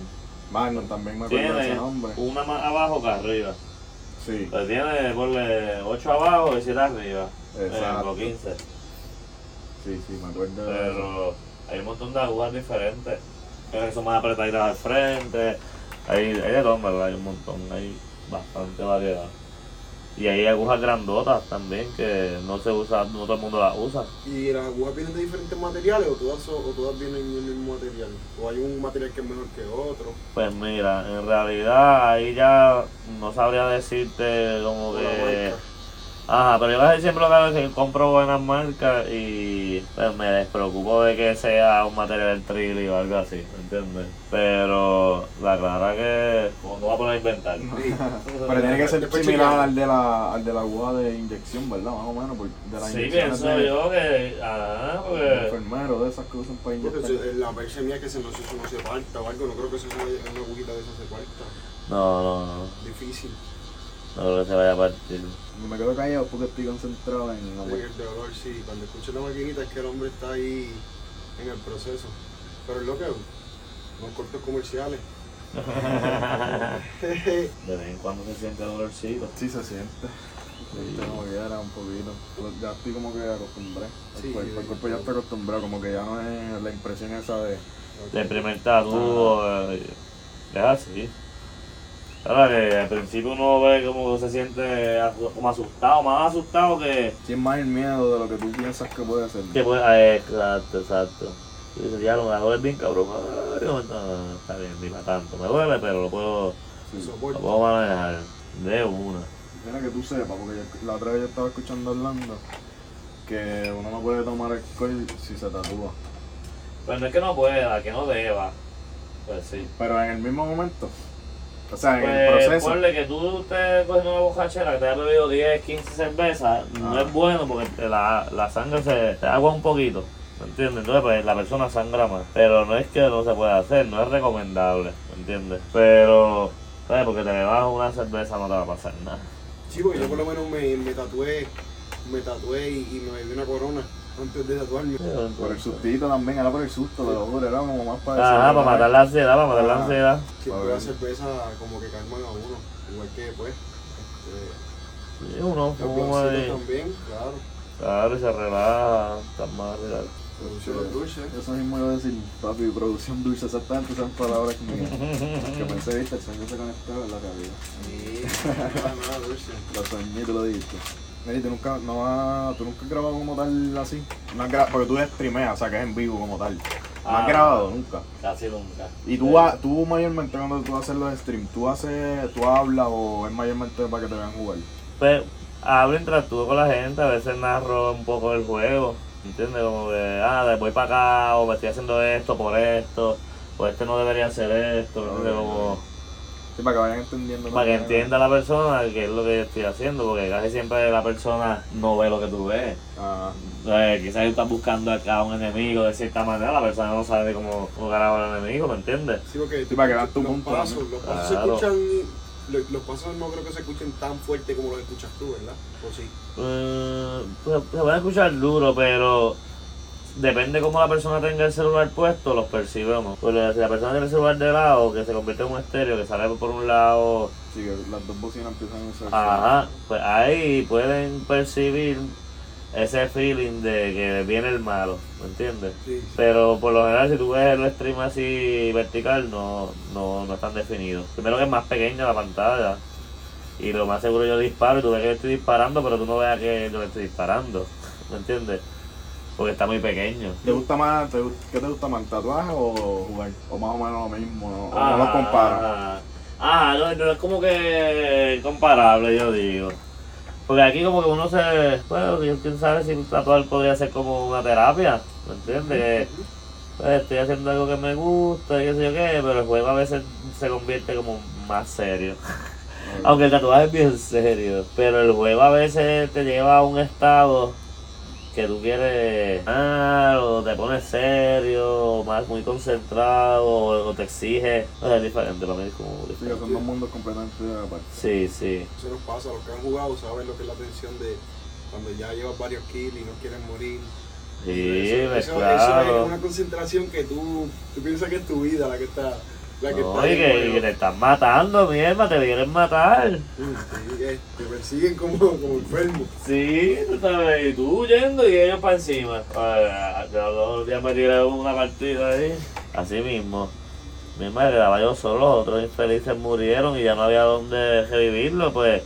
[SPEAKER 1] Magnum también me acuerdo de ese
[SPEAKER 3] Tiene
[SPEAKER 1] nombre.
[SPEAKER 3] una más abajo que arriba.
[SPEAKER 1] Sí.
[SPEAKER 3] Pues tiene, ponle 8 abajo y 7 arriba.
[SPEAKER 1] Exacto.
[SPEAKER 3] Ejemplo, 15.
[SPEAKER 1] Sí, sí, me acuerdo de eso.
[SPEAKER 3] Pero hay un montón de agujas diferentes. Creo que son más apretaditas al frente. Hay, hay de todo, en ¿verdad? Hay un montón, hay bastante variedad. Y hay agujas grandotas también que no se usa, no todo el mundo las usa.
[SPEAKER 2] ¿Y las agujas vienen de diferentes materiales o todas, son- o todas vienen del mismo material? ¿O hay un material que es mejor que otro?
[SPEAKER 3] Pues mira, en realidad ahí ya no sabría decirte como
[SPEAKER 2] ¿O
[SPEAKER 3] que...
[SPEAKER 2] la marca?
[SPEAKER 3] Ajá, pero yo casi siempre lo que hago es que compro buenas marcas y pues me despreocupo de que sea un material trilly o algo así, ¿entiendes? Pero la clara que como no va a poner a inventar.
[SPEAKER 2] Sí.
[SPEAKER 1] Pero tiene que ser
[SPEAKER 2] Después
[SPEAKER 1] similar
[SPEAKER 2] chequeamos.
[SPEAKER 1] al de, la, al de la aguja de inyección, ¿verdad? Más o menos, por- de la
[SPEAKER 3] Sí,
[SPEAKER 1] inyección
[SPEAKER 3] pienso yo que... Ah, porque...
[SPEAKER 1] Enfermero, de esas que usan para
[SPEAKER 2] Porque
[SPEAKER 1] inyectar.
[SPEAKER 2] eso- eh, la percha mía que se nos eso no se falta o algo, no creo que eso sea una agujita de esas se falta.
[SPEAKER 3] No, no, no, no
[SPEAKER 2] Difícil,
[SPEAKER 3] creo que se vaya a partir.
[SPEAKER 1] Y me quedo callado porque estoy concentrado en la
[SPEAKER 2] Sí,
[SPEAKER 1] web.
[SPEAKER 2] el de olor, sí. Cuando escucho la maquinita es que el hombre está ahí en el proceso. Pero es lo que los cortos comerciales.
[SPEAKER 3] De vez en cuando se siente dolorcito.
[SPEAKER 1] Sí se siente. Este, como que era un poquito. Pues Ya estoy como que acostumbré. El,
[SPEAKER 2] Sí,
[SPEAKER 1] cuerpo, el
[SPEAKER 2] sí.
[SPEAKER 1] cuerpo ya está acostumbrado, como que ya no es la impresión esa de
[SPEAKER 3] del primer tatu. eh, Es así. Ahora que al principio uno ve como se siente asu- como asustado, más asustado que.
[SPEAKER 1] Sí, es más el miedo de lo que tú piensas que puede ser.
[SPEAKER 3] que puede- ah, exacto, exacto. Y dice, ya lo me duele bien, cabrón. Ay, no, no, está bien, ni para tanto. Me duele, pero lo puedo, lo
[SPEAKER 2] Soporte.
[SPEAKER 3] puedo manejar de una.
[SPEAKER 1] Mira que tú sepas, porque yo- la otra vez yo estaba escuchando hablando que uno no puede tomar alcohol si se tatúa.
[SPEAKER 3] Pues no es que no pueda, que no deba. Pues sí.
[SPEAKER 1] Pero en el mismo momento. O sea, en el
[SPEAKER 3] Pues
[SPEAKER 1] proceso.
[SPEAKER 3] ponle que tú te coges una bocachera que te has bebido 10, 15 cervezas, no
[SPEAKER 1] Ah.
[SPEAKER 3] es bueno porque te la, la sangre se te agua un poquito. ¿Me entiendes? Entonces pues, la persona sangra más. Pero no es que no se pueda hacer, no es recomendable, ¿me entiendes? Pero, ¿sabes? Porque te bebas una cerveza no te va a pasar nada.
[SPEAKER 2] Sí, porque yo por lo menos me, me tatué, me tatué y, y me bebí una corona antes de tatuarme.
[SPEAKER 1] Por el sustito también, era por el susto, lo juro, era como más para
[SPEAKER 3] Ajá, Ah, para matar la ansiedad, para matar la
[SPEAKER 1] Ah.
[SPEAKER 3] ansiedad.
[SPEAKER 2] Siempre
[SPEAKER 1] Ahora.
[SPEAKER 2] la cerveza como que calman a uno, igual que pues. Este,
[SPEAKER 3] Sí, uno
[SPEAKER 2] los
[SPEAKER 3] fuma
[SPEAKER 2] bloncitos
[SPEAKER 3] y,
[SPEAKER 2] también, claro.
[SPEAKER 3] claro, y se relaja, está más relajado.
[SPEAKER 2] Producción los dulces.
[SPEAKER 1] Eso mismo iba a decir, papi, producción dulce, exactamente esas palabras que, me- que pensé, viste, el sueño se conectaba en la realidad.
[SPEAKER 2] Sí, nada, nada, dulce.
[SPEAKER 1] Lo soñé, te lo dijiste. Mira, y tú nunca, no has, tú nunca has grabado como tal así. No has grabado, porque tú streameas, o sea, que es en vivo como tal. No
[SPEAKER 3] Ah.
[SPEAKER 1] has grabado nunca.
[SPEAKER 3] Casi nunca.
[SPEAKER 1] Y tú, ha- tú mayormente cuando tú haces los streams, tú haces, tú hablas o es mayormente para que te vean jugar.
[SPEAKER 3] pues hablo, interactúo con la gente, a veces narro un poco el juego, ¿entiendes? Como que, ah, de- voy para acá, o me estoy haciendo esto por esto, o este no debería hacer esto, ¿entiendes? Como
[SPEAKER 1] Sí, para que vayan entendiendo.
[SPEAKER 3] para que
[SPEAKER 1] también.
[SPEAKER 3] entienda la persona qué es lo que yo estoy haciendo, porque casi siempre la persona no ve lo que tú ves.
[SPEAKER 1] Ah,
[SPEAKER 3] Eh, quizás tú estás buscando acá a un enemigo de cierta manera, la persona no sabe cómo jugar a un enemigo, ¿me entiendes?
[SPEAKER 2] Sí, porque
[SPEAKER 1] Sí, para que veas tu
[SPEAKER 2] los
[SPEAKER 1] punto,
[SPEAKER 2] pasos, los pasos se
[SPEAKER 3] Claro.
[SPEAKER 2] escuchan, lo- los, pasos no creo que se escuchen tan fuerte como los escuchas tú, ¿verdad? O sí.
[SPEAKER 3] Eh, pues, se va a escuchar duro, pero depende cómo la persona tenga el celular puesto, los percibe o no. Porque si la persona tiene el celular de lado, que se convierte en un estéreo, que sale por un lado,
[SPEAKER 1] sí, que las dos bocinas empiezan a usar.
[SPEAKER 3] ajá, pues ahí pueden percibir ese feeling de que viene el malo, ¿me entiendes?
[SPEAKER 2] Sí, sí.
[SPEAKER 3] Pero por lo general, si tú ves el stream así vertical, no, no, no es tan definido. Primero que es más pequeña la pantalla. Y lo más seguro yo disparo y tú ves que yo estoy disparando, pero tú no veas que yo le estoy disparando. ¿Me entiendes? Porque está muy pequeño.
[SPEAKER 1] ¿Te gusta más, te, gu- qué te gusta más, el tatuaje o jugar? O más o menos lo mismo, ¿no? o no lo comparas.
[SPEAKER 3] Ah, no, no es como que comparable, yo digo. Porque aquí como que uno se... Bueno, quién quién sabe si un tatuar podría ser como una terapia, ¿me entiendes? Que, pues, estoy haciendo algo que me gusta y qué sé yo qué, pero el juego a veces se convierte como más serio. Aunque el tatuaje es bien serio, pero el juego a veces te lleva a un estado que tú quieres ah, o te pones serio, o más muy concentrado, o, o te exige. O sea, es diferente, para mí es como
[SPEAKER 1] Sí, que
[SPEAKER 3] diferente.
[SPEAKER 1] son dos mundos completamente aparte.
[SPEAKER 3] Sí, sí.
[SPEAKER 2] Se nos pasa, los que han jugado saben lo que es la tensión de cuando ya llevas varios kills y no quieres morir.
[SPEAKER 3] Sí,
[SPEAKER 2] eso,
[SPEAKER 3] pues,
[SPEAKER 2] eso- eso es
[SPEAKER 3] claro.
[SPEAKER 2] una concentración que tú, tú piensas que es tu vida la que está. La que
[SPEAKER 3] No,
[SPEAKER 2] está
[SPEAKER 3] y
[SPEAKER 2] en
[SPEAKER 3] que,
[SPEAKER 2] juego.
[SPEAKER 3] y que te están matando, mierda, te quieren matar.
[SPEAKER 2] Sí, que te Este, persiguen como, como enfermo.
[SPEAKER 3] Sí, tú sabes, y tú huyendo y ellos para encima. Ay, Yo los otros días me tiré una partida ahí. Así mismo. Mi madre daba yo solo, los otros infelices murieron y ya no había dónde revivirlo, pues.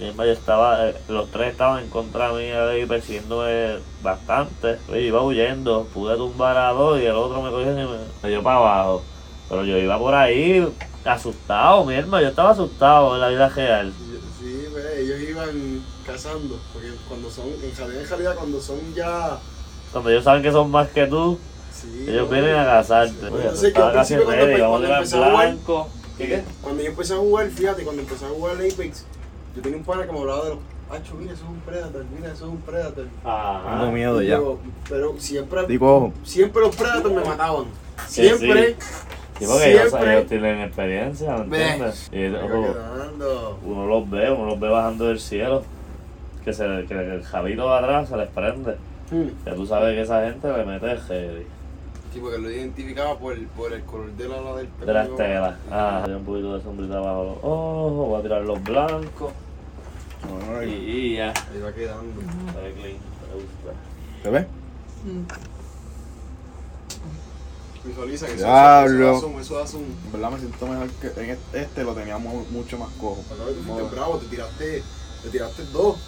[SPEAKER 3] Mi madre estaba, eh, los tres estaban en contra mía y persiguiéndome bastante. Yo iba huyendo, pude tumbar a dos y el otro me cogió y me, me dio para abajo. Pero yo iba por ahí asustado, mi hermano, yo estaba asustado en la vida real.
[SPEAKER 2] Y- Sí, ve, ellos iban cazando, porque cuando son, en jalea, en jalea, cuando son ya...
[SPEAKER 3] Cuando ellos saben que son más que tú,
[SPEAKER 2] Sí,
[SPEAKER 3] Ellos
[SPEAKER 2] ¿no?
[SPEAKER 3] vienen a casarte.
[SPEAKER 2] Yo sé que al principio cuando, empe- cuando empecé a jugar,
[SPEAKER 3] ¿Qué qué?
[SPEAKER 2] cuando yo empecé a jugar, fíjate, cuando empecé a jugar al Apex, yo tenía un pana que me hablaba de los, acho, mira, eso es un Predator, mira, eso es un Predator.
[SPEAKER 1] Ah, Tengo
[SPEAKER 3] Ajá.
[SPEAKER 1] miedo
[SPEAKER 2] Y
[SPEAKER 1] ya.
[SPEAKER 2] yo, pero siempre,
[SPEAKER 1] Digo, ojo.
[SPEAKER 2] siempre los Predators me mataban. Siempre.
[SPEAKER 3] Sí, porque ellos,
[SPEAKER 2] siempre.
[SPEAKER 3] ellos tienen experiencia, ¿me
[SPEAKER 2] Ve.
[SPEAKER 3] entiendes? Y
[SPEAKER 2] Me
[SPEAKER 3] ellos-
[SPEAKER 2] iba quedando.
[SPEAKER 3] uno los ve, uno los ve bajando del cielo. Que, se, que el jabito de atrás se les prende.
[SPEAKER 2] Hmm.
[SPEAKER 3] Ya tú sabes que esa gente le mete heavy.
[SPEAKER 2] Sí, porque lo identificaba por, por el color de la ala del pelo.
[SPEAKER 3] De las telas. Ah, tiene un poquito de sombrita bajo los ojos, va a tirar los blancos. Y,
[SPEAKER 1] Ay,
[SPEAKER 3] y ya.
[SPEAKER 2] Ahí va quedando.
[SPEAKER 3] Se ve clean, me gusta.
[SPEAKER 1] ¿Te ves?
[SPEAKER 2] Visualiza que
[SPEAKER 1] Diablo.
[SPEAKER 2] eso, eso, eso, eso da zoom, eso
[SPEAKER 1] En verdad me siento mejor que en este, este lo teníamos mucho más cojo.
[SPEAKER 2] da zoom. Acá tú fuiste bravo, te tiraste, te tiraste dos.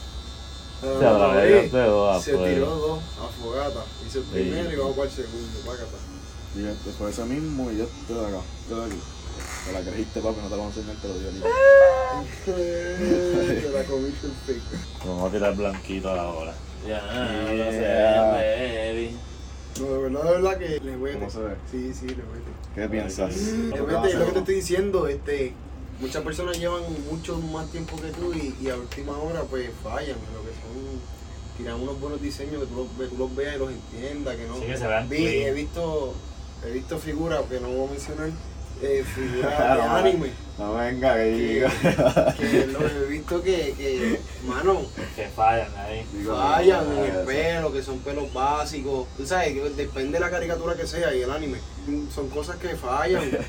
[SPEAKER 3] Se la
[SPEAKER 2] Eh,
[SPEAKER 3] veía usted, va,
[SPEAKER 2] se
[SPEAKER 3] pues.
[SPEAKER 2] tiró dos a fogata. Hice el primero y vamos para el segundo, págata.
[SPEAKER 1] Y este fue ese mismo y yo este de acá, este de aquí. Te la creíste, papi, no te la vamos a enseñar, te lo digo ahorita.
[SPEAKER 2] Te la comiste el fake.
[SPEAKER 3] Vamos a tirar blanquito ahora.
[SPEAKER 4] Ya,
[SPEAKER 1] Yeah.
[SPEAKER 4] lo sé, baby.
[SPEAKER 2] No, de verdad, de verdad que le huele.
[SPEAKER 1] ¿Cómo se ve?
[SPEAKER 2] Sí, sí, le huele.
[SPEAKER 1] ¿Qué piensas?
[SPEAKER 2] De repente, lo que te estoy diciendo, este, muchas personas llevan mucho más tiempo que tú y, y a última hora pues fallan en lo que son tiran unos buenos diseños que tú los, ve- tú los veas y los entiendas, que no.
[SPEAKER 3] Sí, que se vean
[SPEAKER 2] Vi-
[SPEAKER 3] clean.
[SPEAKER 2] he visto, he visto figuras que no voy a mencionar, eh, figuras de
[SPEAKER 1] Claro,
[SPEAKER 2] anime,
[SPEAKER 1] No venga que diga.
[SPEAKER 2] que los he visto que, que mano,
[SPEAKER 3] Que fallan ahí.
[SPEAKER 2] fallan en el pelo, que son pelos básicos. Tú sabes, que depende de la caricatura que sea y el anime. Son cosas que fallan.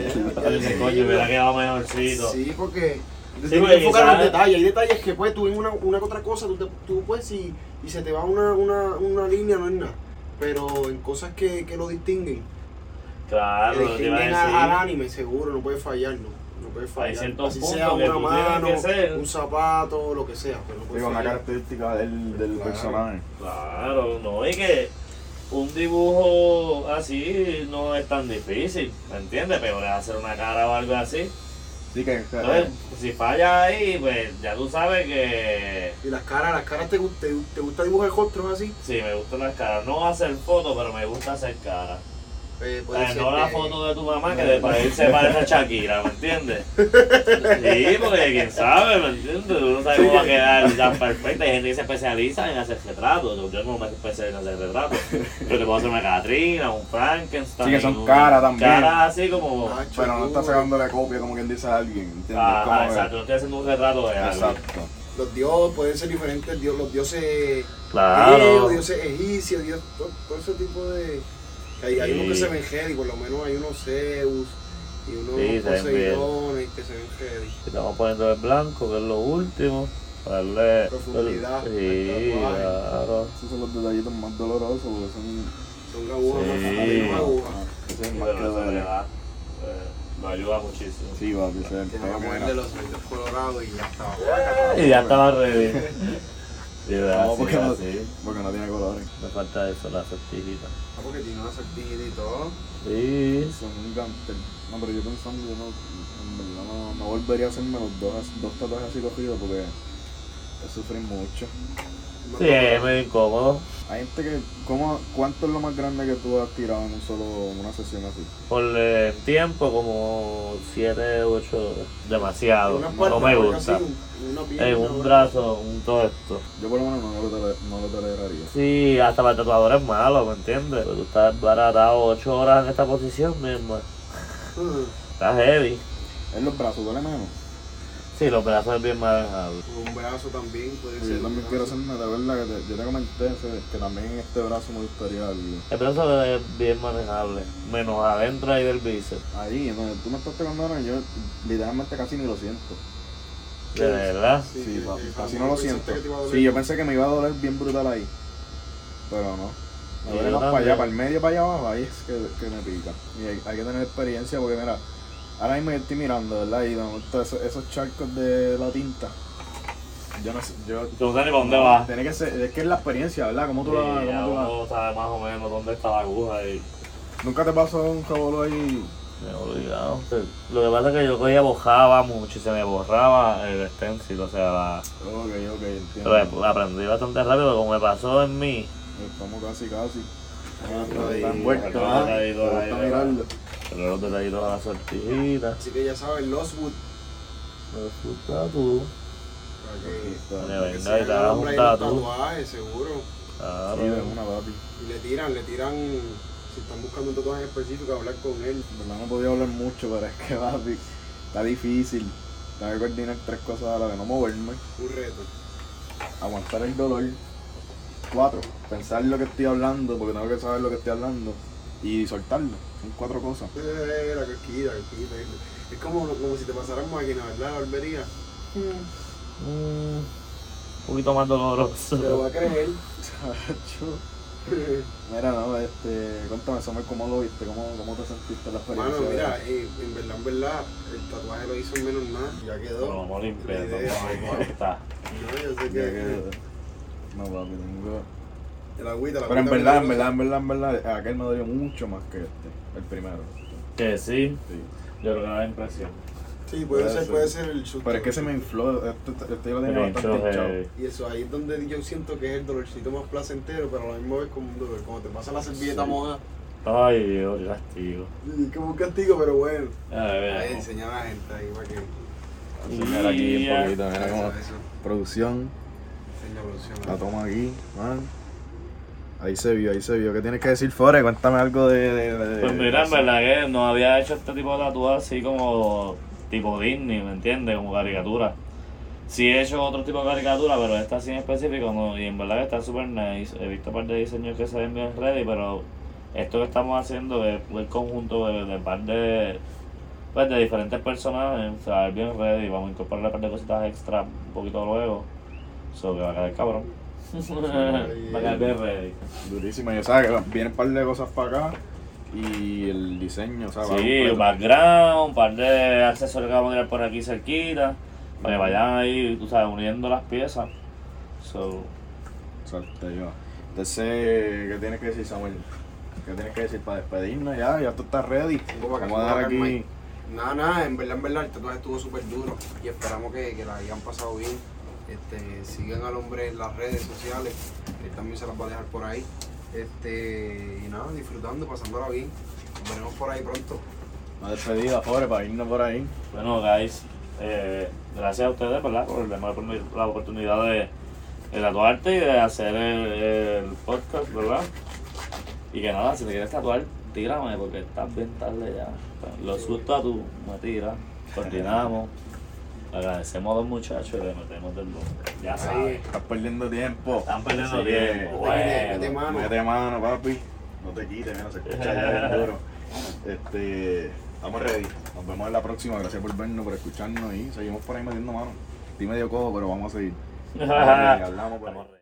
[SPEAKER 2] Eh,
[SPEAKER 3] Yo dije, coño, hubiera quedado mejorcito.
[SPEAKER 2] Sí, porque.
[SPEAKER 3] Sí,
[SPEAKER 2] Sí,
[SPEAKER 3] porque
[SPEAKER 2] enfocar
[SPEAKER 3] quizás-
[SPEAKER 2] los detalles. Hay detalles que pues tú en una, una que otra cosa, tú, te- tú pues y, y se te va una, una, una línea, no es nada. Pero en cosas que, que lo distinguen.
[SPEAKER 3] Claro,
[SPEAKER 2] que
[SPEAKER 3] lo que te iba a
[SPEAKER 2] distinguen
[SPEAKER 3] decir.
[SPEAKER 2] a- al anime, seguro, no puede fallar, no. No puede fallar.
[SPEAKER 3] ciertos
[SPEAKER 2] Así
[SPEAKER 3] puntos
[SPEAKER 2] sea
[SPEAKER 3] que
[SPEAKER 2] una
[SPEAKER 3] tú tienes
[SPEAKER 2] mano,
[SPEAKER 3] que ser.
[SPEAKER 2] un zapato, lo que sea. Pero no puede
[SPEAKER 1] Digo, una
[SPEAKER 2] fallar.
[SPEAKER 1] característica del, del
[SPEAKER 2] Claro.
[SPEAKER 1] personaje.
[SPEAKER 3] Claro, no, y que un dibujo así no es tan difícil, ¿me entiendes? Pero es hacer una cara o algo así.
[SPEAKER 1] Sí que, que-
[SPEAKER 3] Entonces, si falla ahí, pues ya tú sabes que
[SPEAKER 2] Y las caras, las caras te, gu- te, te gusta dibujar rostros así.
[SPEAKER 3] sí, me gustan las caras. No hacer fotos, pero me gusta hacer caras.
[SPEAKER 2] Eh,
[SPEAKER 3] O sea,
[SPEAKER 2] puede ser
[SPEAKER 3] no la
[SPEAKER 2] que-
[SPEAKER 3] foto de tu mamá que de parecerse parece a Shakira, ¿me entiendes? Sí, porque quién sabe, ¿me entiendes? Uno sabe cómo va a quedar tan perfecta. Hay gente que se especializa en hacer retratos. Yo- Yo no me especializo en hacer retratos. Yo te puedo hacer una Catrina, un Frankenstein.
[SPEAKER 1] Sí, que son
[SPEAKER 3] un-
[SPEAKER 1] caras también.
[SPEAKER 3] Caras así como.
[SPEAKER 2] Nacho,
[SPEAKER 1] Pero no está
[SPEAKER 2] tú,
[SPEAKER 1] sacándole copia como quien dice a alguien, ¿entiendes?
[SPEAKER 3] Ah,
[SPEAKER 1] Como que-
[SPEAKER 3] exacto, no estoy haciendo un retrato de algo.
[SPEAKER 1] Exacto.
[SPEAKER 2] Los dioses pueden ser diferentes, dios, los dioses griegos,
[SPEAKER 3] Claro.
[SPEAKER 2] dioses egipcios, dios, todo, todo ese tipo de. Hay, hay unos que
[SPEAKER 3] Sí.
[SPEAKER 2] se ven heavy, por lo menos hay unos Zeus y unos
[SPEAKER 3] Sí, se ven
[SPEAKER 2] Poseidones que se ven heavy.
[SPEAKER 3] Estamos poniendo el blanco, que es lo último. Darle.
[SPEAKER 2] Profundidad,
[SPEAKER 3] Sí,
[SPEAKER 2] tatuaje.
[SPEAKER 3] claro.
[SPEAKER 1] Esos son los detallitos más dolorosos porque son.
[SPEAKER 2] Son agujas más
[SPEAKER 3] Sí.
[SPEAKER 2] de una aguja.
[SPEAKER 1] ah, ese es
[SPEAKER 3] Sí,
[SPEAKER 1] más que
[SPEAKER 3] pero eso le
[SPEAKER 1] dolor.
[SPEAKER 3] da, eh, lo ayuda muchísimo.
[SPEAKER 1] Sí, papi, ese es el
[SPEAKER 2] Tiene que
[SPEAKER 1] tema.
[SPEAKER 2] ponerle los ojitos colorados y ya está.
[SPEAKER 3] Y ya estaba ready. Y
[SPEAKER 1] No,
[SPEAKER 3] verdad, Ah, sí,
[SPEAKER 1] porque no-
[SPEAKER 3] así.
[SPEAKER 1] Porque no tiene colores.
[SPEAKER 3] Me falta eso, la sortijita.
[SPEAKER 2] Ah, porque tiene una sortijita y todo.
[SPEAKER 3] Sí.
[SPEAKER 1] Son un gantel. No, pero yo pensando, yo no, en verdad no, no volvería a hacerme los dos, dos tatuajes así cogidos porque es sufrir mucho.
[SPEAKER 3] Sí, es medio incómodo.
[SPEAKER 1] Hay gente que, ¿cómo, ¿cuánto es lo más grande que tú has tirado en un solo, en una sesión así?
[SPEAKER 3] Por el tiempo, como 7, 8, demasiado.
[SPEAKER 2] Unas
[SPEAKER 3] No
[SPEAKER 2] cuantas,
[SPEAKER 3] me
[SPEAKER 2] porque
[SPEAKER 3] gusta. Eh,
[SPEAKER 2] así, una pierna,
[SPEAKER 3] En un
[SPEAKER 2] una-
[SPEAKER 3] brazo, un todo esto.
[SPEAKER 1] Yo por lo menos no lo, tole- no lo toleraría.
[SPEAKER 3] Sí, hasta para el tatuador es malo, ¿me entiendes? Porque tú estás baratado 8 horas en esta posición, mismo.
[SPEAKER 2] Mm,
[SPEAKER 3] Está heavy.
[SPEAKER 1] En los brazos, duele menos.
[SPEAKER 3] Sí, los brazos es bien manejable.
[SPEAKER 2] Un brazo también puede
[SPEAKER 1] Porque
[SPEAKER 2] ser.
[SPEAKER 1] yo también
[SPEAKER 2] un
[SPEAKER 1] quiero
[SPEAKER 2] brazo.
[SPEAKER 1] hacerme, de verdad, que te- yo te comenté ese- que también en este brazo me gustaría algo.
[SPEAKER 3] El brazo es bien manejable. Menos adentro ahí del bíceps.
[SPEAKER 1] Ahí, en donde tú me estás tocando ahora, yo literalmente casi ni lo siento.
[SPEAKER 3] De verdad.
[SPEAKER 1] Sí,
[SPEAKER 2] que-
[SPEAKER 1] papi,
[SPEAKER 2] que
[SPEAKER 1] casi
[SPEAKER 2] jamás
[SPEAKER 1] no lo
[SPEAKER 2] pensaste
[SPEAKER 1] siento.
[SPEAKER 2] que te iba a doler.
[SPEAKER 1] Sí, yo pensé que me iba a doler bien brutal ahí. Pero no. Me
[SPEAKER 3] Y
[SPEAKER 1] duele
[SPEAKER 3] yo
[SPEAKER 1] más para allá,
[SPEAKER 3] también.
[SPEAKER 1] para el medio, para allá abajo, ahí es que, que me pica. Y hay, hay que tener experiencia porque mira, ahora mismo yo estoy mirando, ¿verdad? Y donde están esos, esos charcos de la tinta. Yo no sé, yo...
[SPEAKER 3] Tú no sabes ni para dónde vas.
[SPEAKER 1] Tiene que ser, es que es la experiencia, ¿verdad? ¿Cómo tú,
[SPEAKER 3] Sí,
[SPEAKER 1] la, cómo
[SPEAKER 3] ya
[SPEAKER 1] tú la-
[SPEAKER 3] uno sabe más o menos dónde está la aguja y
[SPEAKER 1] Nunca te pasó un revolú ahí...
[SPEAKER 3] me he olvidado. Lo que pasa es que yo cogía bojaba mucho y se me borraba el stencil, o sea, la-
[SPEAKER 1] Ok, ok, entiendo.
[SPEAKER 3] pero ap- aprendí bastante rápido, como me pasó en mí.
[SPEAKER 1] Pues Estamos casi, casi.
[SPEAKER 3] ahí,
[SPEAKER 1] Ah, Está envuelto,
[SPEAKER 3] ahí,
[SPEAKER 1] ¿ah?
[SPEAKER 3] ahí,
[SPEAKER 1] Me gusta
[SPEAKER 3] ahí,
[SPEAKER 1] mirarlo.
[SPEAKER 3] Pero los detallitos a la sortijita,
[SPEAKER 2] Así que ya saben, Lostwood.
[SPEAKER 3] me gusta tú.
[SPEAKER 2] para que-
[SPEAKER 1] Está-
[SPEAKER 3] Venga,
[SPEAKER 2] que
[SPEAKER 3] y
[SPEAKER 2] se
[SPEAKER 3] te
[SPEAKER 2] hagan
[SPEAKER 3] hagas
[SPEAKER 2] hombre
[SPEAKER 3] un
[SPEAKER 2] ahí los
[SPEAKER 3] tatu.
[SPEAKER 2] tatuajes, seguro.
[SPEAKER 3] Claro.
[SPEAKER 1] Sí, de una, papi.
[SPEAKER 2] Y le tiran, le tiran, si están buscando un tatuaje específico, hablar con él.
[SPEAKER 1] En verdad no podía hablar mucho, pero es que papi, está difícil. Tengo que coordinar tres cosas a la vez, no moverme,
[SPEAKER 2] Un reto.
[SPEAKER 1] aguantar el dolor. Cuatro, pensar lo que estoy hablando, porque tengo que saber lo que estoy hablando. Y soltarlo. Son cuatro cosas.
[SPEAKER 2] Eh, la cosquilla, la cosquilla. Es como, como si te pasaran máquina, ¿verdad? La barbería.
[SPEAKER 3] Mm, un poquito más
[SPEAKER 2] Te lo va
[SPEAKER 3] doloroso.
[SPEAKER 2] a creer.
[SPEAKER 1] Chacho. Mira, no, este, cuéntame, Samuel, ¿cómo lo viste? ¿Cómo, cómo te sentiste en la experiencia?
[SPEAKER 2] Mano,
[SPEAKER 1] de-
[SPEAKER 2] mira, eh, en verdad, en verdad, el tatuaje lo hizo en menos nada, ya quedó.
[SPEAKER 3] Pero vamos
[SPEAKER 2] La
[SPEAKER 3] limpiando,
[SPEAKER 2] idea.
[SPEAKER 3] vamos a cortar.
[SPEAKER 2] No, yo sé
[SPEAKER 1] Ya
[SPEAKER 2] que,
[SPEAKER 1] que- No, papi, tengo...
[SPEAKER 2] el agüita, la
[SPEAKER 1] Pero en
[SPEAKER 2] agüita
[SPEAKER 1] verdad, en
[SPEAKER 2] milagrosa.
[SPEAKER 1] verdad, en verdad, en verdad, aquel me dolió mucho más que este, el primero.
[SPEAKER 3] Que sí,
[SPEAKER 1] Sí.
[SPEAKER 3] yo creo que da impresión.
[SPEAKER 2] Sí, puede
[SPEAKER 1] Puede
[SPEAKER 2] ser,
[SPEAKER 1] ser.
[SPEAKER 2] puede ser el susto.
[SPEAKER 1] Pero es que se me infló, este, este yo lo tenía
[SPEAKER 3] Me hinchó,
[SPEAKER 1] bastante hinchado.
[SPEAKER 3] eh,
[SPEAKER 2] Y eso ahí es donde yo siento que es el dolorcito más placentero, pero a la misma vez como un dolor. Como te pasa la servilleta
[SPEAKER 1] Sí.
[SPEAKER 2] mojada,
[SPEAKER 3] Ay, Dios, qué castigo.
[SPEAKER 2] y es como un castigo, pero bueno.
[SPEAKER 3] A
[SPEAKER 2] Ahí
[SPEAKER 3] ver,
[SPEAKER 2] enseña a la gente ahí para que.
[SPEAKER 1] Mira aquí un poquito, mira
[SPEAKER 2] Eso,
[SPEAKER 1] cómo.
[SPEAKER 2] eso.
[SPEAKER 1] Producción,
[SPEAKER 2] Enseña
[SPEAKER 1] la
[SPEAKER 2] producción.
[SPEAKER 1] toma aquí, man. Ahí se vio, ahí se vio. ¿Qué tienes que decir, Fore? Cuéntame algo de. de- de-
[SPEAKER 3] Pues
[SPEAKER 1] de-
[SPEAKER 3] mira, en
[SPEAKER 1] de-
[SPEAKER 3] verdad que no había hecho este tipo de tatuajes así como tipo Disney, ¿me entiendes? Como caricatura. Sí he hecho otro tipo de caricatura, pero esta sí en específico no. Y en verdad que está súper nice. He visto un par de diseños que se ven bien ready, pero esto que estamos haciendo es el conjunto de, de par de, pues, de diferentes personajes. Se va a ver bien ready. Vamos a incorporar un par de cositas extra un poquito luego. Solo que va a quedar cabrón. va a quedar bien ready.
[SPEAKER 1] Durísima, yo sabes que vienen un par de cosas para acá y el diseño, o sea, va
[SPEAKER 3] Sí,
[SPEAKER 1] completo.
[SPEAKER 3] un background, un par de accesorios que vamos a tirar por aquí cerquita, para que vayan ahí, tú sabes, uniendo las piezas. So,
[SPEAKER 1] Suerte yo. Entonces, ¿qué tienes que decir, Samuel? ¿Qué tienes que decir para despedirnos ya? Ya tú estás ready.
[SPEAKER 2] Tengo
[SPEAKER 1] Vamos
[SPEAKER 2] vaca-
[SPEAKER 1] a dar
[SPEAKER 2] vaca,
[SPEAKER 1] aquí.
[SPEAKER 2] Mike. Nada, nada, en verdad, en verdad, el tatuaje estuvo súper duro y esperamos que, que la hayan pasado bien. Este, sigan al hombre en las redes sociales, él también se las va a dejar por ahí. Este, y nada, disfrutando, pasándola bien. Nos veremos por ahí pronto.
[SPEAKER 1] Una despedida, pobre, para irnos por ahí.
[SPEAKER 3] bueno, guys, eh, gracias a ustedes, ¿verdad? Por darme la oportuni- la oportunidad de, de tatuarte y de hacer el, el podcast, ¿verdad? Y que nada, si te quieres tatuar, tírame, porque estás bien tarde ya. Lo susto a tú, me tira, coordinamos. Agradecemos a los muchachos y le metemos del mundo. Ya sabes.
[SPEAKER 1] Estás perdiendo tiempo.
[SPEAKER 3] Están perdiendo
[SPEAKER 1] Así que,
[SPEAKER 3] tiempo.
[SPEAKER 2] Mete- mete
[SPEAKER 3] Bueno.
[SPEAKER 2] mano.
[SPEAKER 1] Mete mano, papi. No te quites, mira, se escucha ya bien duro. Este, estamos ready. Nos vemos en la próxima. Gracias por vernos, por escucharnos y seguimos por ahí metiendo mano. Estoy medio cojo, pero vamos a seguir. Hablamos pues. por ahí.
[SPEAKER 3] Estamos